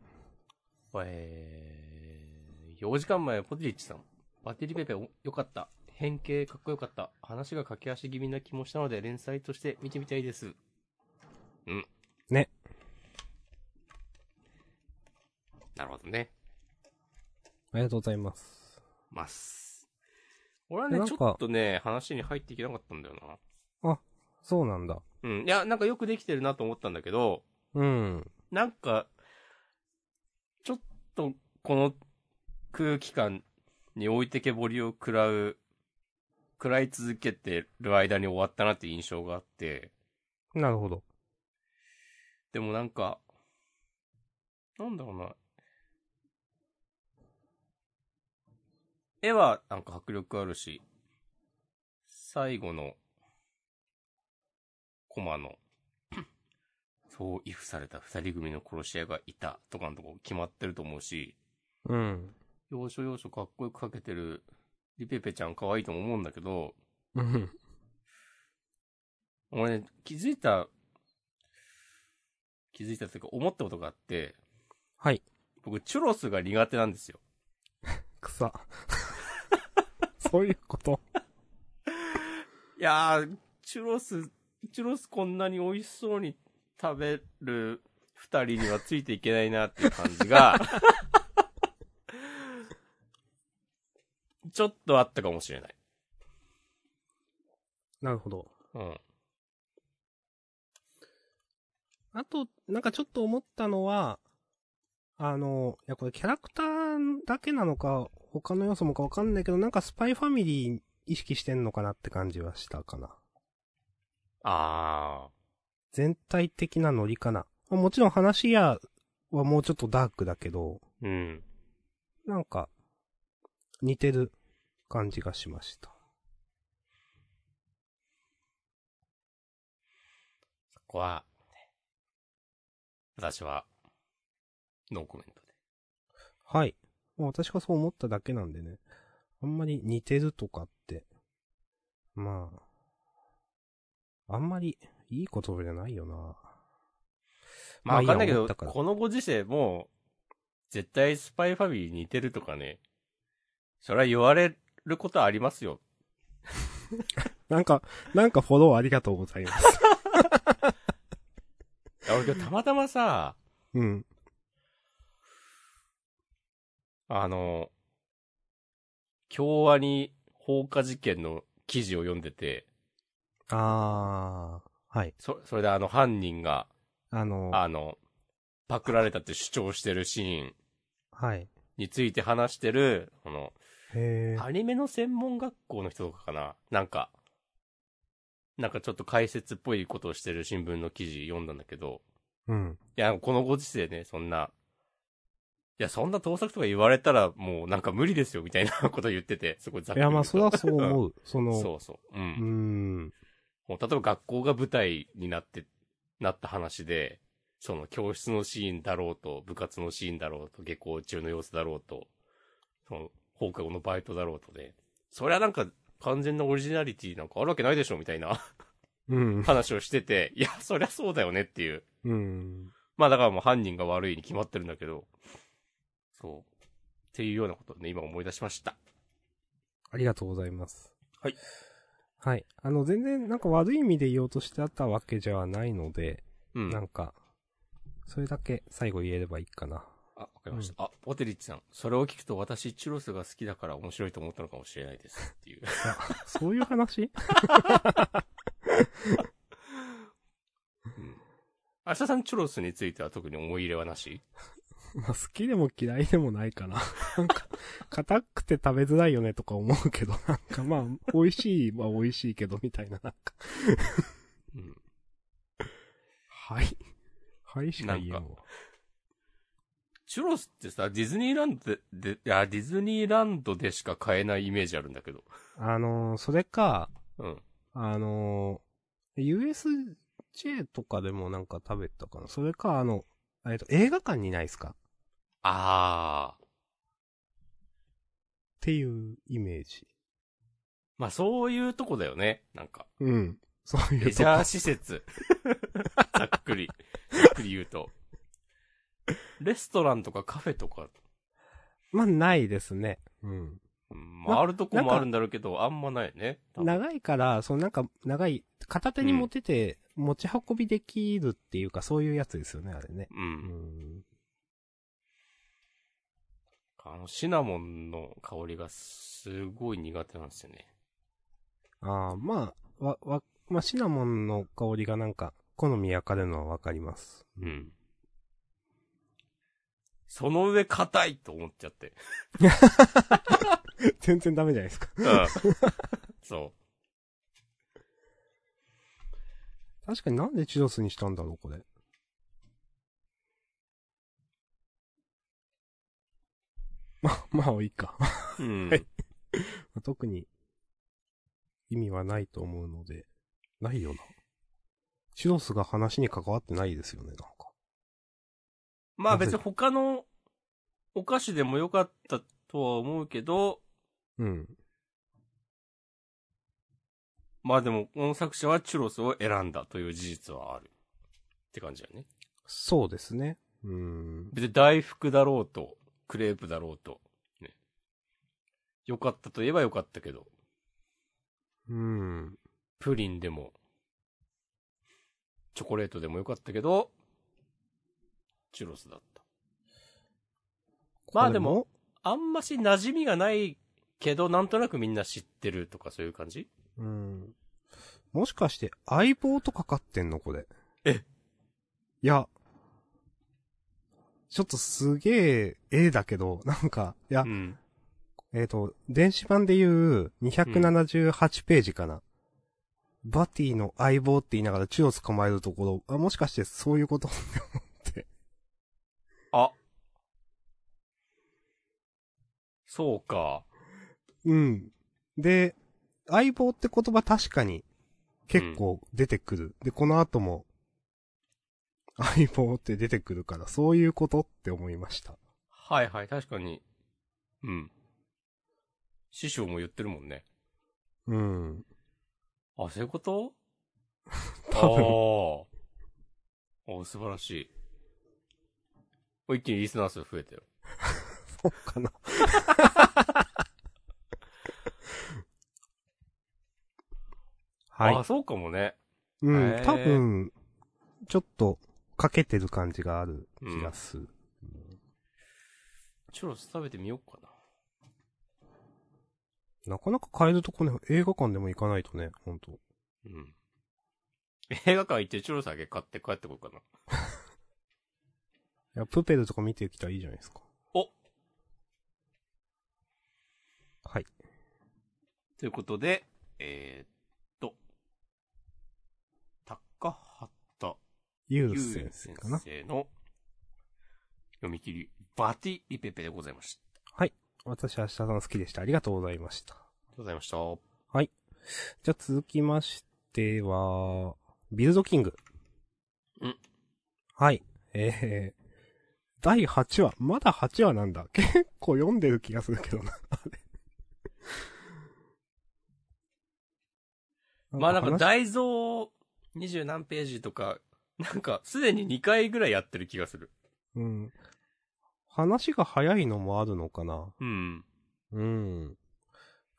S1: えー、4時間前、ポテリッチさん。バッテリーペペおよかった。変形かっこよかった。話が駆け足気味な気もしたので、連載として見てみたいです。うん。
S2: ね。
S1: なるほどね。
S2: ありがとうございます。
S1: ます。俺はね
S2: な、ん
S1: ち
S2: か
S1: ょっとね、話に入っていけなかったんだよな。
S2: そうなんだ。
S1: うん。いや、なんかよくできてるなと思ったんだけど、
S2: うん。
S1: なんか、ちょっと、この空気感に置いてけぼりを食らう、食らい続けてる間に終わったなっていう印象があって、
S2: なるほど。
S1: でもなんか、なんだろうな。絵はなんか迫力あるし、最後の、コマの、 そう、イフされた二人組の殺し屋がいたとかのとこ決まってると思うし、
S2: うん。
S1: 要所要所かっこよく描けてる、リペペちゃん可愛いとも思うんだけど、
S2: うん。
S1: 俺ね、気づいた、気づいたというか思ったことがあって、
S2: はい。
S1: 僕、チュロスが苦手なんですよ。
S2: 草。 そういうこと。
S1: いやー、チュロス、チュロスこんなに美味しそうに食べる二人にはついていけないなっていう感じ が、ちょっとあったかもしれない。
S2: なるほど。
S1: うん。
S2: あと、なんかちょっと思ったのは、あの、いやこれキャラクターだけなのか、他の要素もかわかんないけど、なんかスパイファミリー意識してんのかなって感じはしたかな。
S1: あ
S2: 全体的なノリかな。まあもちろん話やはもうちょっとダークだけど、
S1: ー、うん。
S2: なんか、似てる感じがしました。
S1: そこは、私は、ノーコメントで。
S2: はい。まあ私がそう思っただけなんでね。あんまり似てるとかって、まあ、あんまりいい言葉じゃないよな。
S1: まあわ
S2: いい
S1: かんないけ
S2: 思
S1: ど、
S2: ったから
S1: このご時世もう、絶対スパイファミリーに似てるとかね、それは言われることありますよ。
S2: なんか、なんかフォローありがとうござい ます。
S1: いや俺今日たまたまさ、
S2: うん。
S1: あの、京和に放火事件の記事を読んでて、
S2: あー、はい。
S1: そ、それであの犯人が、
S2: あの、
S1: あの、パクられたって主張してるシーン
S2: はい。
S1: について話してる、この、
S2: へー
S1: アニメの専門学校の人とかかななんか、なんかちょっと解説っぽいことをしてる新聞の記事読んだんだけど、
S2: うん。
S1: いや、このご時世ね、そんな、いや、そんな盗作とか言われたらもうなんか無理ですよ、みたいなこと言ってて、すごいざっ
S2: い
S1: くり
S2: や、ま
S1: 言
S2: あ、
S1: う
S2: そ
S1: と
S2: れはそう思う。その、
S1: そうそう。う
S2: うー
S1: ん。
S2: ん。
S1: もう例えば学校が舞台になって、なった話で、その教室のシーンだろうと、部活のシーンだろうと、下校中の様子だろうと、その放課後のバイトだろうとで、そりゃなんか完全なオリジナリティなんかあるわけないでしょみたいな
S2: うん。
S1: 話をしてて、いや、そりゃそうだよねっていう。
S2: うん。
S1: まあだからもう犯人が悪いに決まってるんだけど、そう。っていうようなことをね、今思い出しました。
S2: ありがとうございます。
S1: はい。
S2: はい。あの、全然、なんか悪い意味で言おうとしてあったわけじゃないので、
S1: うん。
S2: なんか、それだけ最後言えればいいかな。
S1: あ、わかりました。あ、ポテリッチさん。それを聞くと私、チュロスが好きだから面白いと思ったのかもしれないです。っていう。
S2: そういう 話
S1: 明日さん、チュロスについては特に思い入れはなし
S2: まあ、好きでも嫌いでもないかな。なんか、硬くて食べづらいよねとか思うけど、なんかまあ、美味しいは美味しいけど、みたいな、なんか。
S1: うん。
S2: はい。はいしか言えんわ
S1: なん。チュロスってさ、ディズニーランドで、で、あ、ディズニーランドでしか買えないイメージあるんだけど。
S2: あのー、それか、
S1: うん。
S2: あのー、USJ NHK とかでもなんか食べたかな。それか、あの、えっと、映画館にないですかっ
S1: ああ。
S2: ていうイメージ。
S1: まあそういうとこだよね。なんか。
S2: うん。そういう
S1: レ
S2: と
S1: ジ
S2: こ
S1: ャー施 設。ざっくり。ざっくり言うと。レストランとかカフェとか、
S2: まあ、ないですね。うん。
S1: うんまあ、あるとこもあるんだろうけど、あんまないね。多分
S2: 長いから、そのなんか、長い、片手に持てて、持ち運びできるっていうか、そういうやつですよね、あれね。
S1: う。
S2: うんん。
S1: あの、シナモンの香りがすごい苦手なんですよね。
S2: ああ、まあ、わ、わ、まあ、シナモンの香りがなんか、好み焼かれるのはわかります。
S1: うん。その上硬いと思っちゃって。
S2: 全然ダメじゃないですか。
S1: うん。そ
S2: 確かになんでチュロスにしたんだろう、これ。 ま、まあ、いいか。
S1: う。うん。
S2: はい特に意味はないと思うので、ないよな。チュロスが話に関わってないですよね、なんか。
S1: まあ別に他のお菓子でもよかったとは思うけど、
S2: うん。
S1: まあでも、この作者はチュロスを選んだという事実はある。って感じだよね。
S2: そうですね。うーん。
S1: 別に大福だろうと、クレープだろうと、ね。よかったといえばよかったけど、
S2: うん。
S1: プリンでも、チョコレートでもよかったけど、チュロスだった。まあでも
S2: こ
S1: あんまし馴染みがないけど、なんとなくみんな知ってるとかそういう感じ
S2: れも、うん。もしかして、相棒とかかってんのこれ。
S1: え
S2: いや、ちょっとすげえ、絵だけど、なんか、いや、
S1: うん。
S2: えっ、と、電子版でいう278ページかな。バティの相棒って言いながらチュロス捕まえるところ、あ、もしかしてそういうこと
S1: あ。そうか。
S2: うん。で、相棒って言葉確かに結構出てくる。で、この後も、相棒って出てくるから、そういうことって思いました。
S1: はいはい、確かに。うん。師匠も言ってるもんね。
S2: うん。
S1: あ、そういうこと
S2: 多分
S1: あーあ。素晴らしい。お一気にリスナー数増えたよ。
S2: そうかな。はい。
S1: あ、そうかもね。
S2: う
S1: へ
S2: ん
S1: ー、
S2: 多分、ちょっと、かけてる感じがある気がする。
S1: チュロス食べてみようかな。
S2: なかなか変えるとこね、映画館でも行かないとね、ほんと。
S1: うん。映画館行ってチュロスだけ買って帰ってこようかな。
S2: いや、プペルとか見てきたらいいじゃないですか。
S1: お
S2: はい。
S1: ということで、えー、っと、高畑
S2: ユー
S1: 優
S2: ルス先生
S1: 先
S2: かな。
S1: 生の読み切り、バティリペペでございました。あ
S2: 私、明日さん好きでした。ありがとうございました。
S1: りがとうございました。は
S2: じゃあ続きましては、ビルドキング。
S1: うん
S2: はい。えー、第8話。まだ8話なんだ。 結構読んでる気がするけどな。あれ
S1: まあなんか
S2: 話
S1: 大蔵二十何ページとか、なんかすでに2回ぐらいやってる気がする。
S2: うん。話が早いのもあるのかな。
S1: うん。
S2: うん。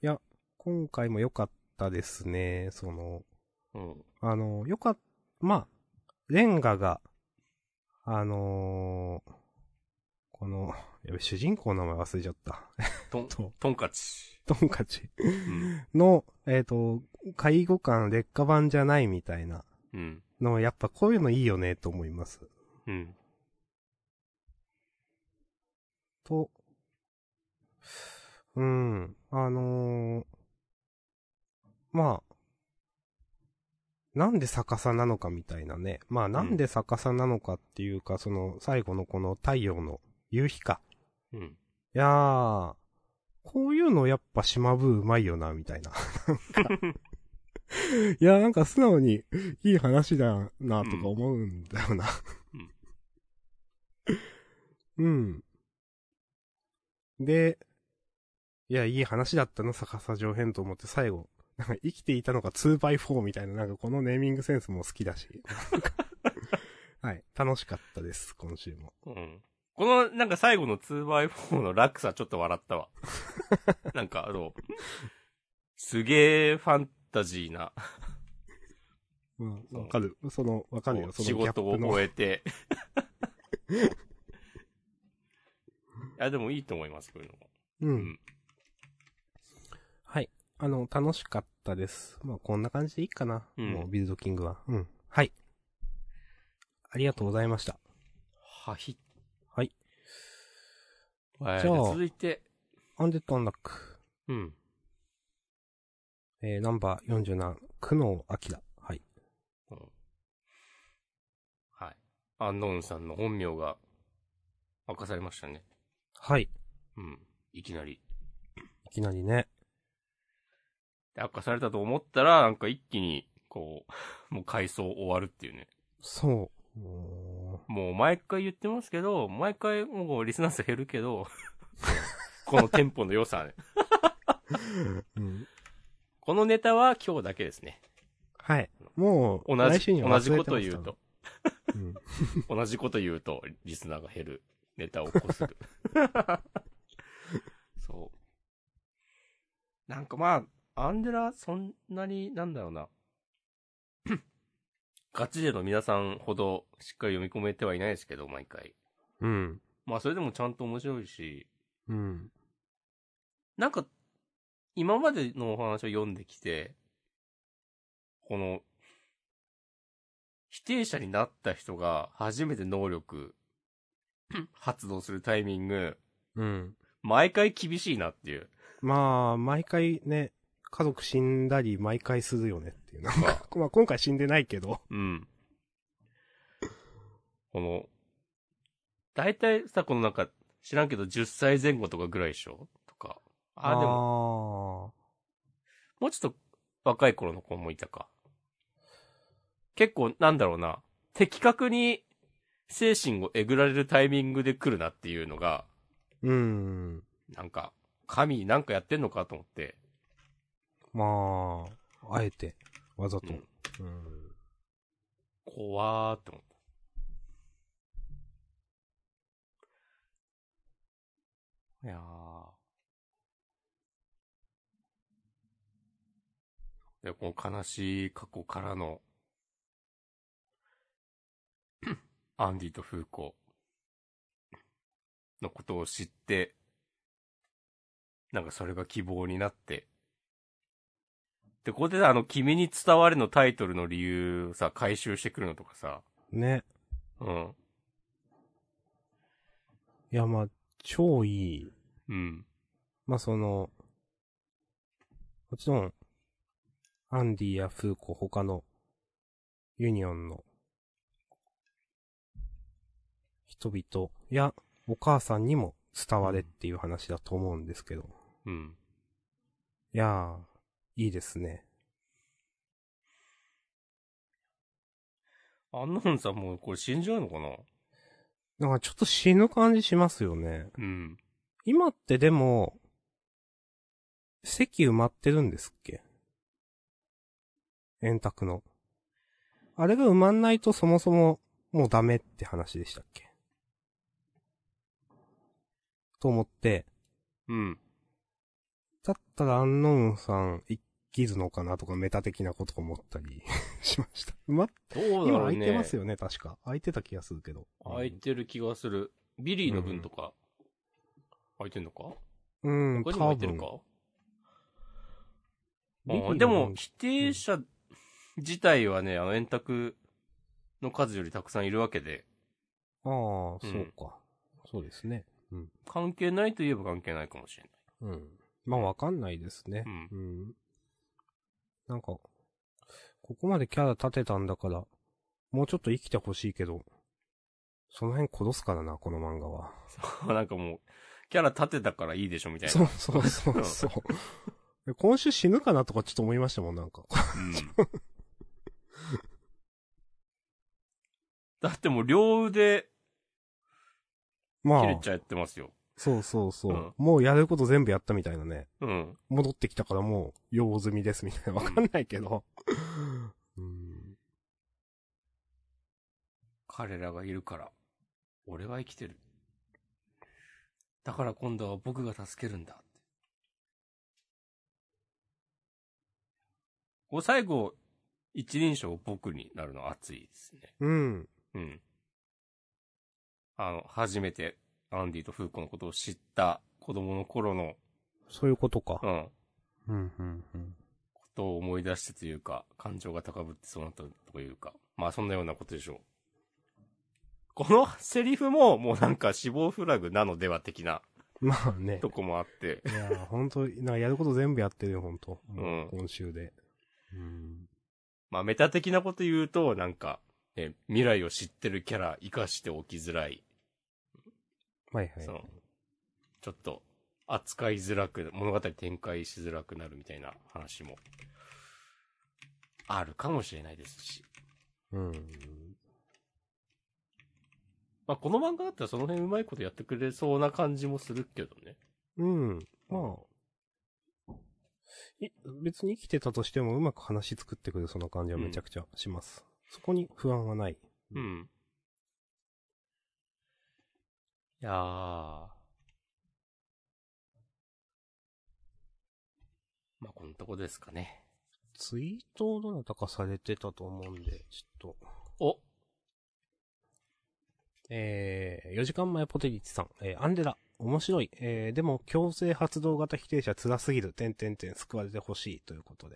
S2: いや、今回も良かったですね。その、
S1: うん。
S2: あの、よかっ、まあ、レンガが、あのーこの、やべ、主人公の名前忘れちゃった。
S1: とん、
S2: と、
S1: とんかち。
S2: トンカチ
S1: うん。
S2: の、えっ、と、介護官劣化版じゃないみたいな
S1: うん。
S2: の、やっぱこういうのいいよね、と思います。
S1: うん。
S2: と、うん、あのーまあ、なんで逆さなのかみたいなね。まあなんで逆さなのかっていうか、その最後のこの太陽の夕日か。
S1: うん。
S2: いやー、こういうのやっぱ島ブーうまいよな、みたいな。なんかいや、なんか素直にいい話だなとか思うんだよな。うん。で、いや、いい話だったの、逆さ上編と思って最後、なんか生きていたのが 2x4 みたいな、なんかこのネーミングセンスも好きだ し。はい、楽しかったです、今週も。
S1: うん。この、なんか最後の 2x4 の落差ちょっと笑ったわ。 なんかあの、すげえファンタジーな、
S2: うん、わかる。その、わかるよ、その
S1: 仕
S2: ギャッ
S1: 事
S2: プ
S1: を
S2: の。
S1: 終えて。 いや、でもいいと思います、こういうのも。
S2: う。
S1: うん
S2: はい。あの、楽しかったです。まあ、こんな感じでいいかな。
S1: うん
S2: もう、ビルドキングは。うん。はい。ありがとうございました。
S1: はい。
S2: はい。
S1: はい。
S2: じゃあ
S1: 続いて、
S2: アンデッドアンラック。
S1: うん。
S2: えー、ナンバー47、久能明。はい。
S1: うんはい。アンノーンさんの本名が明かされましたね。
S2: はい。
S1: うん。いきなり。
S2: いきなりね。
S1: で明かされたと思ったら、なんか一気に、こう、もう回想終わるっていうね。
S2: そう。う
S1: もう毎回言ってますけど、毎回もうリスナー数減るけ ど、このテンポの良さね。
S2: ーんうん。
S1: このネタは今日だけですね。
S2: はい。もう、
S1: 同
S2: 来週
S1: じ、
S2: には
S1: 同
S2: 忘
S1: じ
S2: れ
S1: こ
S2: て
S1: と
S2: ま
S1: 言
S2: す
S1: うと、
S2: 多分
S1: 同じこと言うと、リスナーが減る。ネタをこ する。そう。なんかまあ、アンデラ、そんなに、なんだろうな。 ガチ勢の皆さんほどしっかり読み込めてはいないですけど、毎回。
S2: うん。うん。
S1: まあ、それでもちゃんと面白いし、
S2: うん。
S1: なんか、今までのお話を読んできて、この、否定者になった人が初めて能力発動するタイミング、
S2: うん。
S1: 毎回厳しいなっていう。
S2: まあ、毎回ね、家族死んだり、毎回するよねっていう。なん
S1: まあ
S2: か、 まあ今回死んでないけど。
S1: うん。この、大体さ、このなんか、知らんけど10歳前後とかぐらいでしょとか。ああ、でも、
S2: も。
S1: もうちょっと若い頃の子もいたか。結構、なんだろうな。的確に精神をえぐられるタイミングで来るなっていうのが、
S2: うん。
S1: なんか、神なんかやってんのかと思って。
S2: まあ、あえて、わざと。
S1: うん
S2: うん
S1: 怖ーって思った。いやー。で、この悲しい過去からの、 アンディとフーコのことを知って、なんかそれが希望になって、で、ここでさあの、君に伝われのタイトルの理由さ、回収してくるのとかさ、
S2: ね。
S1: うん。
S2: いや、まあ、超いい
S1: うん。
S2: まあその、もちろん、アンディやフーコ他のユニオンの人々やお母さんにも伝われっていう話だと思うんですけど。
S1: うん。
S2: いやー、いいですね。
S1: あんなのさ、もうこれ死んじゃうのかな
S2: なんかちょっと死ぬ感じしますよね。
S1: うん。
S2: 今ってでも、席埋まってるんですっけ円卓の。あれが埋まんないとそもそももうダメって話でしたっけと思って、
S1: うん。
S2: だったらアンノーンさん生きるのかなとかメタ的なこと思ったり しました。埋まっ、
S1: どうだ
S2: 今
S1: ろう
S2: 空
S1: ね。
S2: いてますよね、確か。空いてた気がするけど。
S1: 空いてる気がする。ビリーの分とか、空いてんのか
S2: うん、
S1: 他にも空
S2: 多
S1: いてる
S2: 分
S1: か。
S2: ビリー
S1: あ
S2: の
S1: ーでも
S2: 分、
S1: 否定者自体はね、あの、円卓の数よりたくさんいるわけで、
S2: ああ、そうか。そうですね。
S1: 関係ないといえば関係ないかもしれない。
S2: うん。まあ、わかんないですね。
S1: う
S2: うん。なんか、ここまでキャラ立てたんだから、もうちょっと生きてほしいけど、その辺殺すからな、この漫画は。
S1: なんかもう、キャラ立てたからいいでしょみたいな。
S2: そうそうそうそう。今週死ぬかなとかちょっと思いましたもん、なんか。
S1: うんだってもう両腕
S2: ま
S1: 切れ
S2: あ、
S1: ちゃってますよ。
S2: そうそうそう、
S1: うん
S2: もうやること全部やったみたいなね。
S1: うん。
S2: 戻ってきたからもう、用済みですみたいな。わかんないけど。 うん。
S1: 彼らがいるから、俺は生きてる。だから今度は僕が助けるんだって。こう最後、一人称僕になるの熱いですね。
S2: うん。
S1: うん。あの、初めてアンディとフーコのことを知った子供の頃の、
S2: そういうことか
S1: う。ん、
S2: うん、うん、うん。
S1: ことを思い出してというか、感情が高ぶってそうなったというか、まあそんなようなことでしょう。このセリフももうなんか死亡フラグなのでは的な
S2: まあね
S1: と。こもあって、
S2: いやー、本当なんかやること全部やってるよ、本当
S1: うん
S2: 今週で。うん。
S1: まあメタ的なこと言うと、なんか、ね、未来を知ってるキャラ生かしておきづらい、
S2: はいはい。
S1: その、ちょっと扱いづらく、物語展開しづらくなるみたいな話も、あるかもしれないですし。
S2: うん。
S1: まあこの漫画だったらその辺うまいことやってくれそうな感じもするけどね。
S2: うん。まあ。い別に生きてたとしてもうまく話作ってくるそんな感じはめちゃくちゃします。そこに不安はない。
S1: うん。いやー。まあ、このとこですかね。
S2: ツイートをどなたかされてたと思うんで、ちょっと。
S1: お
S2: えー、4時間前ポテリッチさん、えー、アンデラ、面白い。えー、でも強制発動型否定者辛すぎる、点点点救われてほしいということで。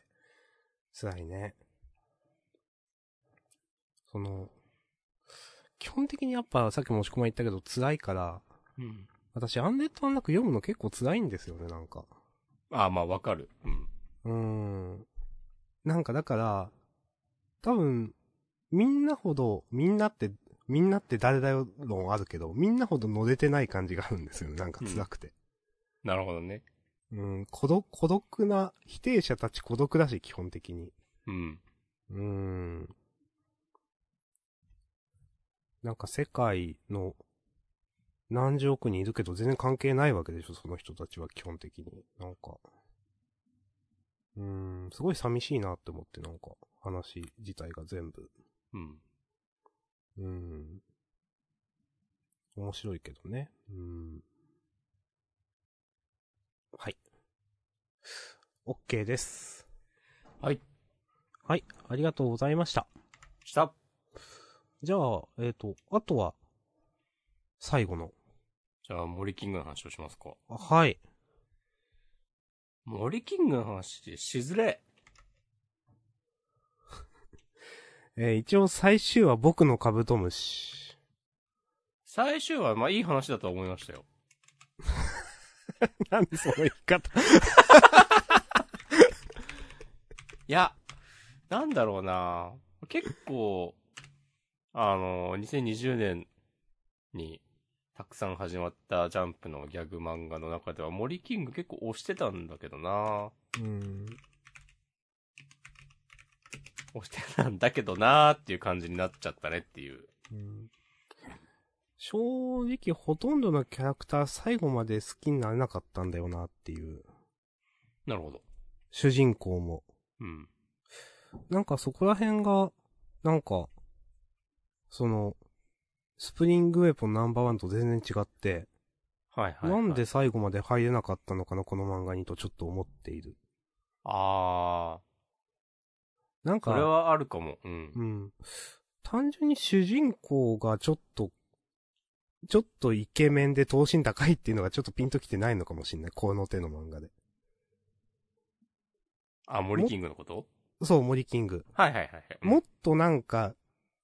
S2: 辛いね。その、基本的にやっぱさっきも押し込ま言ったけど辛いから、
S1: うん。
S2: 私アンデッドアンラック読むの結構辛いんですよね、なんか。
S1: ああ、まあ、わかる。うん。
S2: うーん。なんかだから、多分、みんなほど、みんなって、みんなって誰だよ論あるけど、みんなほど乗れてない感じがあるんですよね。なんか辛くて。
S1: なるほどね。
S2: うん、孤独、孤独な、否定者たち孤独だし、基本的に。
S1: うん。
S2: うーん。なんか世界の何十億人いるけど全然関係ないわけでしょ、その人たちは基本的に。なんか。うーん、すごい寂しいなって思って、なんか、話自体が全部。
S1: うん。
S2: うーん。面白いけどね。うーん。はい。OK です。
S1: はい。
S2: はい、ありがとうございました。
S1: した。
S2: じゃあ、えっ、と、あとは、最後の。
S1: じゃあ、森キングの話をしますか。
S2: あはい。
S1: 森キングの話しづれ。
S2: えー一応最終は僕のカブトムシ。
S1: 最終は、まあ、いい話だとは思いましたよ。
S2: なんでその言い方
S1: いや、なんだろうな結構、あの、2020年にたくさん始まったジャンプのギャグ漫画の中では森キング結構押してたんだけどな
S2: うん。
S1: 押してたんだけどなっていう感じになっちゃったねっていう。
S2: うん正直ほとんどのキャラクター最後まで好きになれなかったんだよなっていう。
S1: なるほど。
S2: 主人公も。
S1: うん。
S2: なんかそこら辺が、なんか、その、スプリングウェポンナンバーワンと全然違って、
S1: はいはい、
S2: なんで最後まで入れなかったのかな、この漫画にとちょっと思っている。
S1: あー、
S2: なんか、
S1: それはあるかも。うん。
S2: うん。単純に主人公がちょっと、ちょっとイケメンで等身高いっていうのがちょっとピンときてないのかもしれない。この手の漫画で。
S1: あ、森キングのこと
S2: そう、森キング。
S1: はいはいはいはい。
S2: もっとなんか、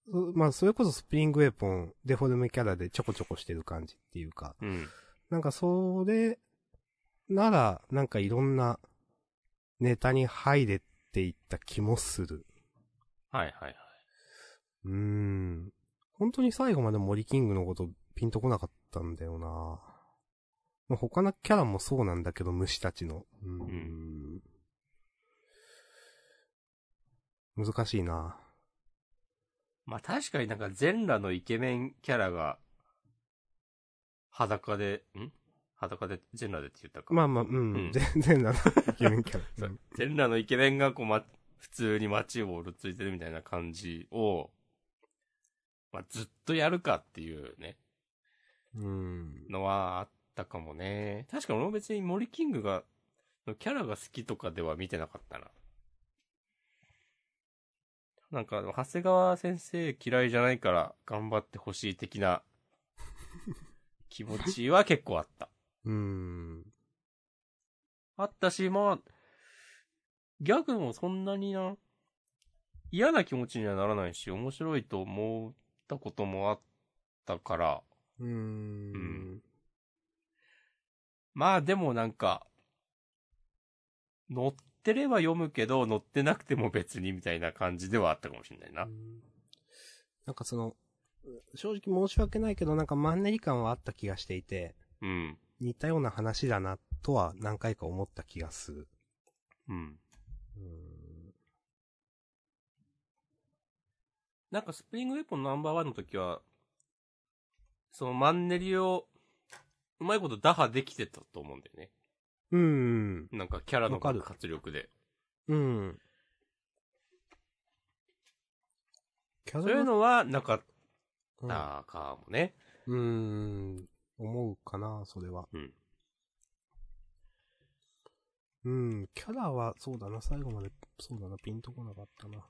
S2: うまあ、それこそスプリングウェポン、デフォルメキャラでちょこちょこしてる感じっていうか。
S1: うん。
S2: なんかそれなら、なんかいろんなネタに入れていった気もする。
S1: はいはいはい。
S2: うーん。本当に最後まで森キングのことピンとこなかったんだよなまあ他のキャラもそうなんだけど、虫たちの。うーん。難しいな
S1: まあ確かになんか全裸のイケメンキャラが、裸で、ん裸で、全裸でって言ったか。
S2: まあまあ、うん
S1: うん
S2: ん。全然 なの。イケメンキャ
S1: そ
S2: ラ。う
S1: うん全裸のイケメンがこう、ま、普通に街をうろついてるみたいな感じを、まあ、ずっとやるかっていうね、
S2: うん。
S1: のはあったかもね。確かに俺も別に森キングが、のキャラが好きとかでは見てなかったな。なんか、長谷川先生嫌いじゃないから頑張ってほしい的 な気持ちは結構あった。
S2: うん。
S1: あったし、まあ、ギャグもそんなにな、嫌な気持ちにはならないし、面白いと思ったこともあったから、
S2: う
S1: うんん。まあでもなんか、乗ってれば読むけど、乗ってなくても別にみたいな感じではあったかもしれないな。
S2: なんかその、正直申し訳ないけど、なんかマンネリ感はあった気がしていて、
S1: うん。
S2: 似たような話だな、とは何回か思った気がする。
S1: うん。
S2: うん。
S1: なんかスプリングウェポンナンバーワンの時は、そのマンネリを、うまいこと打破できてたと思うんだよね。
S2: うん。
S1: なんかキャラの
S2: わかる
S1: 爆発力で。
S2: うん。キャ
S1: そういうのはなかっ
S2: うん
S1: たかもね。
S2: うーん、思うかな、それは。
S1: うん。
S2: うん、キャラは、そうだな、最後まで、そうだな、ピンとこなかったな。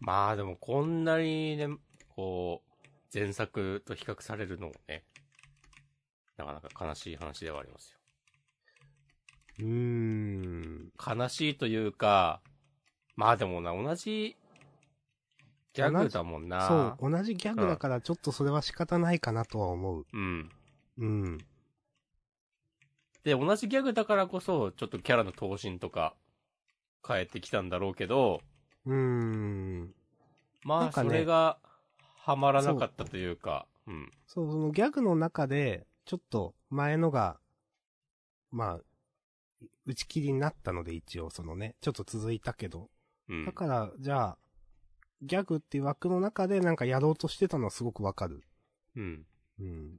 S1: まあでもこんなにね、こう、前作と比較されるのもね、なかなか悲しい話ではありますよ。
S2: うーん。
S1: 悲しいというか、まあでもな、同じギャグだもん
S2: そう
S1: な。、。
S2: 同じギャグだから、ちょっとそれは仕方ないかなとは思う。
S1: うん。
S2: うん。
S1: で、同じギャグだからこそ、ちょっとキャラの闘身とか、変えてきたんだろうけど、
S2: うーん。
S1: ま
S2: な
S1: あ
S2: んか
S1: そ
S2: ね
S1: れが、はまらなかったというか、うん。
S2: そう、そのギャグの中で、ちょっと、前のが、まあ、打ち切りになったので、一応、そのね、ちょっと続いたけど。
S1: うん。
S2: だから、じゃあ、ギャグっていう枠の中で、なんかやろうとしてたのはすごくわかる。
S1: うん。
S2: うん。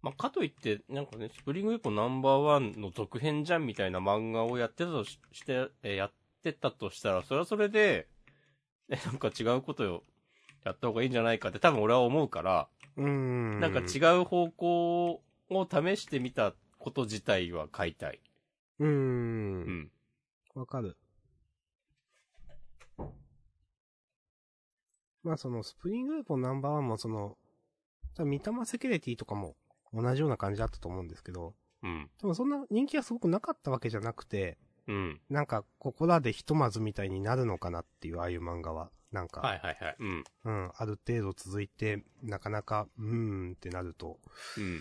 S1: まあ、かといって、なんかね、スプリングウェポンナンバーワンの続編じゃんみたいな漫画をやってたとしして、えーやってたとしたら、それはそれで、え、なんか違うことをやった方がいいんじゃないかって多分俺は思うから、
S2: うーん。
S1: なんか違う方向を試してみたこと自体は買いたい。
S2: うー。
S1: うんん。
S2: わかる。まあその、スプリングループのナンバーワンもその、多分、三玉セキュリティとかも同じような感じだったと思うんですけど、
S1: うん。
S2: でもそんな人気がすごくなかったわけじゃなくて、
S1: うん。
S2: なんか、ここらでひとまずみたいになるのかなっていう、ああいう漫画は。なんか、
S1: はいはいはい。うん。
S2: うん、ある程度続いて、なかなか、うーんってなると、
S1: うん。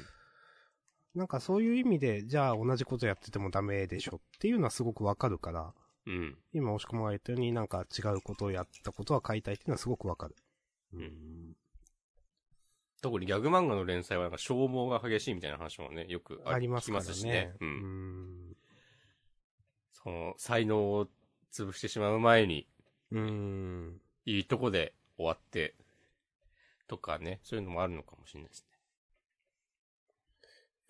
S2: なんかそういう意味で、じゃあ同じことやっててもダメでしょっていうのはすごくわかるから、
S1: うん。
S2: 今、押し込まれたように、なんか違うことをやったことは解体っていうのはすごくわかる。
S1: ん
S2: ん。
S1: 特にギャグ漫画の連載はなんか消耗が激しいみたいな話もね、よく
S2: ありま
S1: 聞
S2: す
S1: き
S2: か
S1: ま
S2: ら
S1: すし
S2: ね
S1: ね。。
S2: う
S1: うんん。その、才能を潰してしまう前に、
S2: うーん。
S1: いいとこで終わって、とかね、そういうのもあるのかもしれないです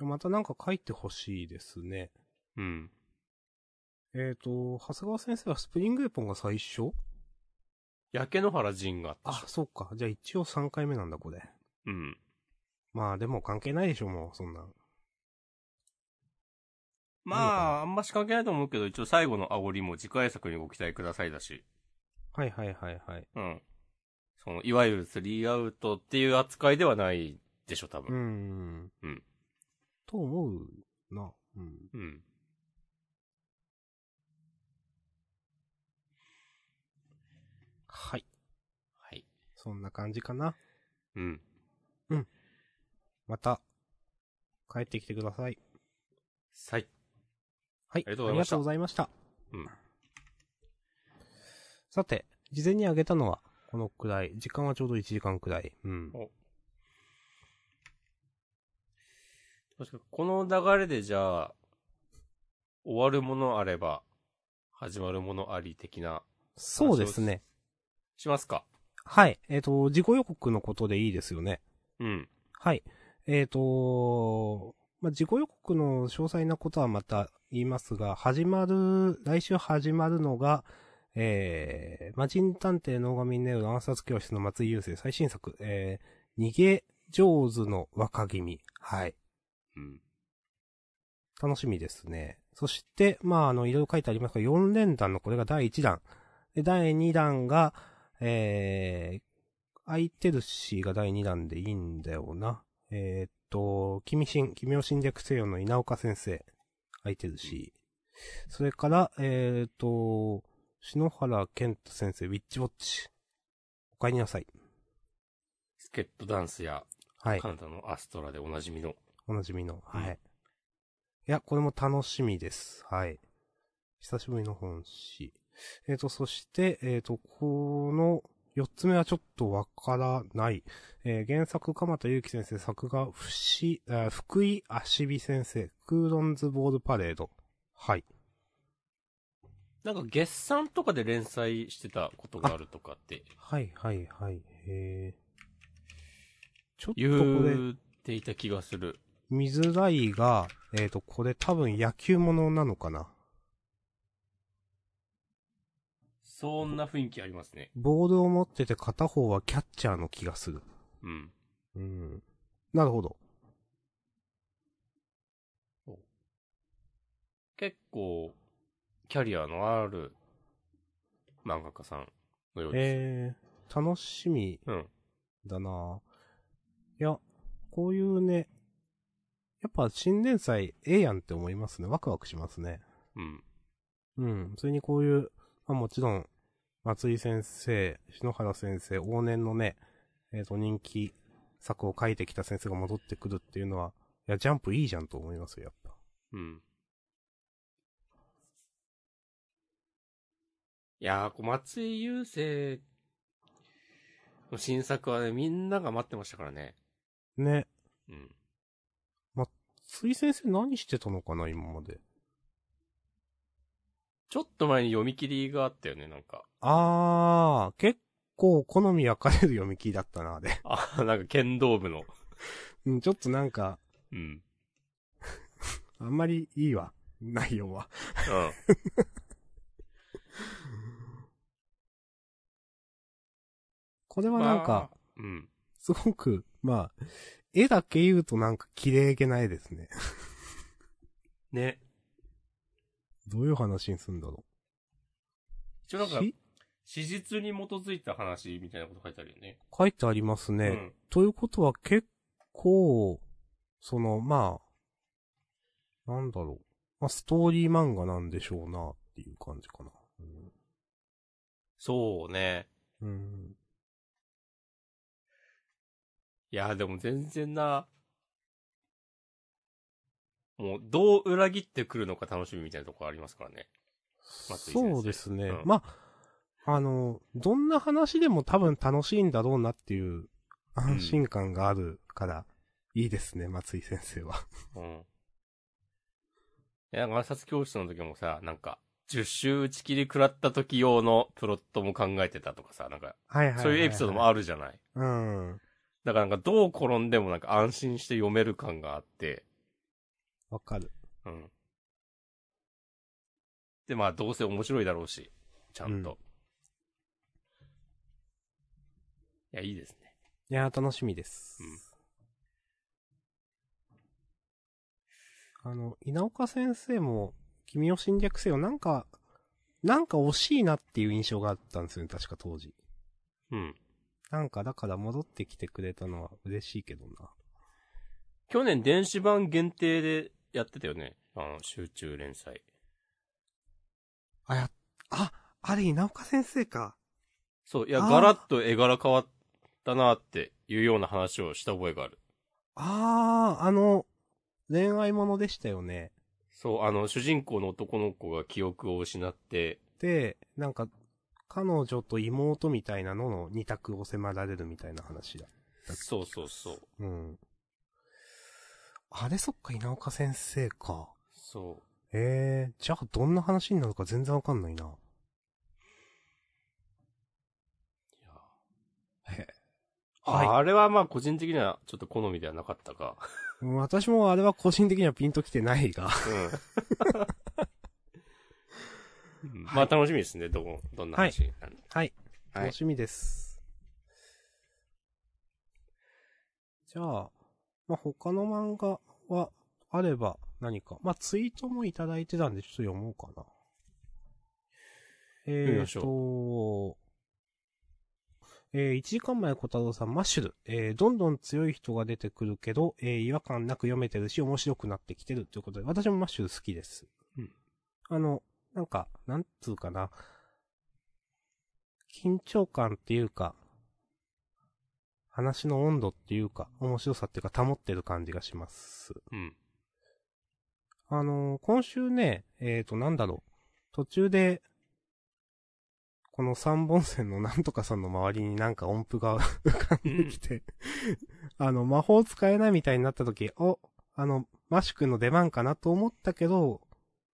S1: ね。
S2: またなんか書いてほしいですね。
S1: うん。
S2: えっ、と、長谷川先生はスプリングエポンが最初
S1: 焼け野原仁があった
S2: あ
S1: し、
S2: そうか。じゃあ一応3回目なんだ、これ。
S1: うん。
S2: まあでも関係ないでしょ、もう、そんな。
S1: まあ、あんまし関係ないと思うけど、一応最後の煽りも次回作にご期待くださいだし、
S2: はいはいはいはい。
S1: うん。その、いわゆるスリーアウトっていう扱いではないでしょ、多
S2: うー
S1: 分。
S2: ん。
S1: うん。
S2: と思うな。うん。
S1: うん。
S2: はい。
S1: はい。
S2: そんな感じかな。
S1: うん。
S2: また、帰ってきてください。
S1: 最
S2: はい。
S1: ありがとうございました
S2: ありがとうございました。
S1: うん。
S2: さて、事前にあげたのは、このくらい。時間はちょうど1時間くらい。うん。
S1: お確かこの流れでじゃあ、終わるものあれば、始まるものあり的な、
S2: そうですね。
S1: しますか。
S2: はい。えっ、と、事後予告のことでいいですよね。
S1: うん。
S2: はい。えっ、と、まあ、事後予告の詳細なことはまた言いますが、始まる、来週始まるのが、えー、魔人探偵野上ネウの暗殺教室の松井優生最新作、えー、逃げ上手の若君。はい。
S1: うん。
S2: 楽しみですね。そして、まあ、あの、いろいろ書いてありますが、4連弾のこれが第1弾。で、第2弾が、えー、空いてるしが第2弾でいいんだよな。えーっと、君神、君を侵略せよの稲岡先生。空いてるし。それから、えーっと、篠原健太先生、ウィッチウォッチ。お帰りなさい。
S1: スケットダンスや、
S2: はい。
S1: カナダのアストラでおなじみの、
S2: おなじみの。
S1: うん
S2: はい。いや、これも楽しみです。はい。久しぶりの本誌。えっ、と、そして、えっ、と、この4つ目はちょっとわからない。えー原作、鎌田祐希先生、作画、ふし、あ福井足美先生、クーロンズボールパレード。はい。
S1: なんか月産とかで連載してたことがあるとかって
S2: はい、はい、はい。えー、ちょっ
S1: 言
S2: とこれ、
S1: っていた気がする。
S2: 見づらいが、えっ、と、これ多分野球ものなのかな。
S1: そんな雰囲気ありますね。
S2: ボールを持ってて片方はキャッチャーの気がする。
S1: うん。
S2: うん。なるほど。
S1: 結構、キャリアのある漫画家さんのようです。
S2: えー、楽しみ
S1: うん。
S2: だなぁいや、こういうね、やっぱ新年祭ええやんって思いますね。ワクワクしますね。
S1: うん。
S2: うん。それにこういう、まあもちろん、松井先生、篠原先生、往年のね、えっ、と人気作を書いてきた先生が戻ってくるっていうのは、いや、ジャンプいいじゃんと思いますよ、やっぱ。
S1: うん。いやー、こう松井優生の新作はね、みんなが待ってましたからね。
S2: ね。
S1: うん。
S2: 水先生何してたのかな、今まで。
S1: ちょっと前に読み切りがあったよね、なんか。
S2: あー、結構好み分かれる読み切りだったな、あれ。
S1: あ、 なんか剣道部の。
S2: うん、ちょっとなんか、
S1: うん。うん。
S2: あんまりいいわ。内容は。これはなんか、
S1: まあうん。
S2: すごく、まあ、絵だけ言うとなんか綺麗げないですね。
S1: ね。
S2: どういう話にするんだろ
S1: 一
S2: う。
S1: 応なんか、
S2: し
S1: 史実に基づいた話みたいなこと書いてあるよね。
S2: 書いてありますね。
S1: うん。
S2: ということは結構、その、まあ、なんだろう。まあ、ストーリー漫画なんでしょうな、っていう感じかな。
S1: そうね。
S2: うん。うん、
S1: いや、でも全然な、もう、どう裏切ってくるのか楽しみみたいなとこありますからね。松井先生
S2: そうですね。
S1: うん
S2: まあ、あの、どんな話でも多分楽しいんだろうなっていう安心感があるから、いいですね、松井先生は。
S1: うん。いや、なんか暗殺教室の時もさ、なんか、10周打ち切り食らった時用のプロットも考えてたとかさ、なんか、
S2: はいはい
S1: そういうエピソードも
S2: あ
S1: あるじゃない。
S2: る。うん。
S1: だからなんか、どう転んでもなんか安心して読める感があって、
S2: わかる。
S1: うん。で、まあ、どうせ面白いだろうし、ちゃんと。いや、いいですね。
S2: いやー、楽しみです。あの、稲岡先生も、君を侵略せよ、なんか、なんか惜しいなっていう印象があったんですよね、確か当時。
S1: うん。
S2: なんか、だから戻ってきてくれたのは嬉しいけどな。
S1: 去年電子版限定でやってたよね。あの、集中連載。
S2: あ、や、あ、あれ稲岡先生か。
S1: そう、いや、
S2: あー
S1: ガラッと絵柄変わったなっていうような話をした覚えがある。
S2: あー、あの、恋愛ものでしたよね。
S1: そう、あの、主人公の男の子が記憶を失って、
S2: で、なんか、彼女と妹みたいなのの二択を迫られるみたいな話だ。
S1: そうそうそう。
S2: うん。あれそっか、稲岡先生か。
S1: そ
S2: ええじゃあどんな話になるか全然わかんないな。
S1: う。いや。へ
S2: はい
S1: あれはまあ個人的にはちょっと好みではなかったが。
S2: うん私もあれは個人的にはピンときてないが。
S1: うんうんまあ楽しみですね、どこ、どんな話になるのか
S2: はい。
S1: はい
S2: 楽しみです。じゃあ、まあ、他の漫画はあれば何か。まあ、ツイートもいただいてたんで、ちょっと読もうかな。
S1: み
S2: え
S1: ま
S2: ー
S1: し
S2: と、え1時間前小太郎さん、マッシュル。えーどんどん強い人が出てくるけど、えー違和感なく読めてるし、面白くなってきてるということで、私もマッシュル好きです。
S1: うん
S2: あの、なんか、なんつうかな。緊張感っていうか、話の温度っていうか、面白さっていうか保ってる感じがします。
S1: うん。
S2: あのー今週ね、えーと、なんだろう。途中で、この三本線のなんとかさんの周りになんか音符が浮かんできて、あの、魔法使えないみたいになった時、お、あの、マシュ君の出番かなと思ったけど、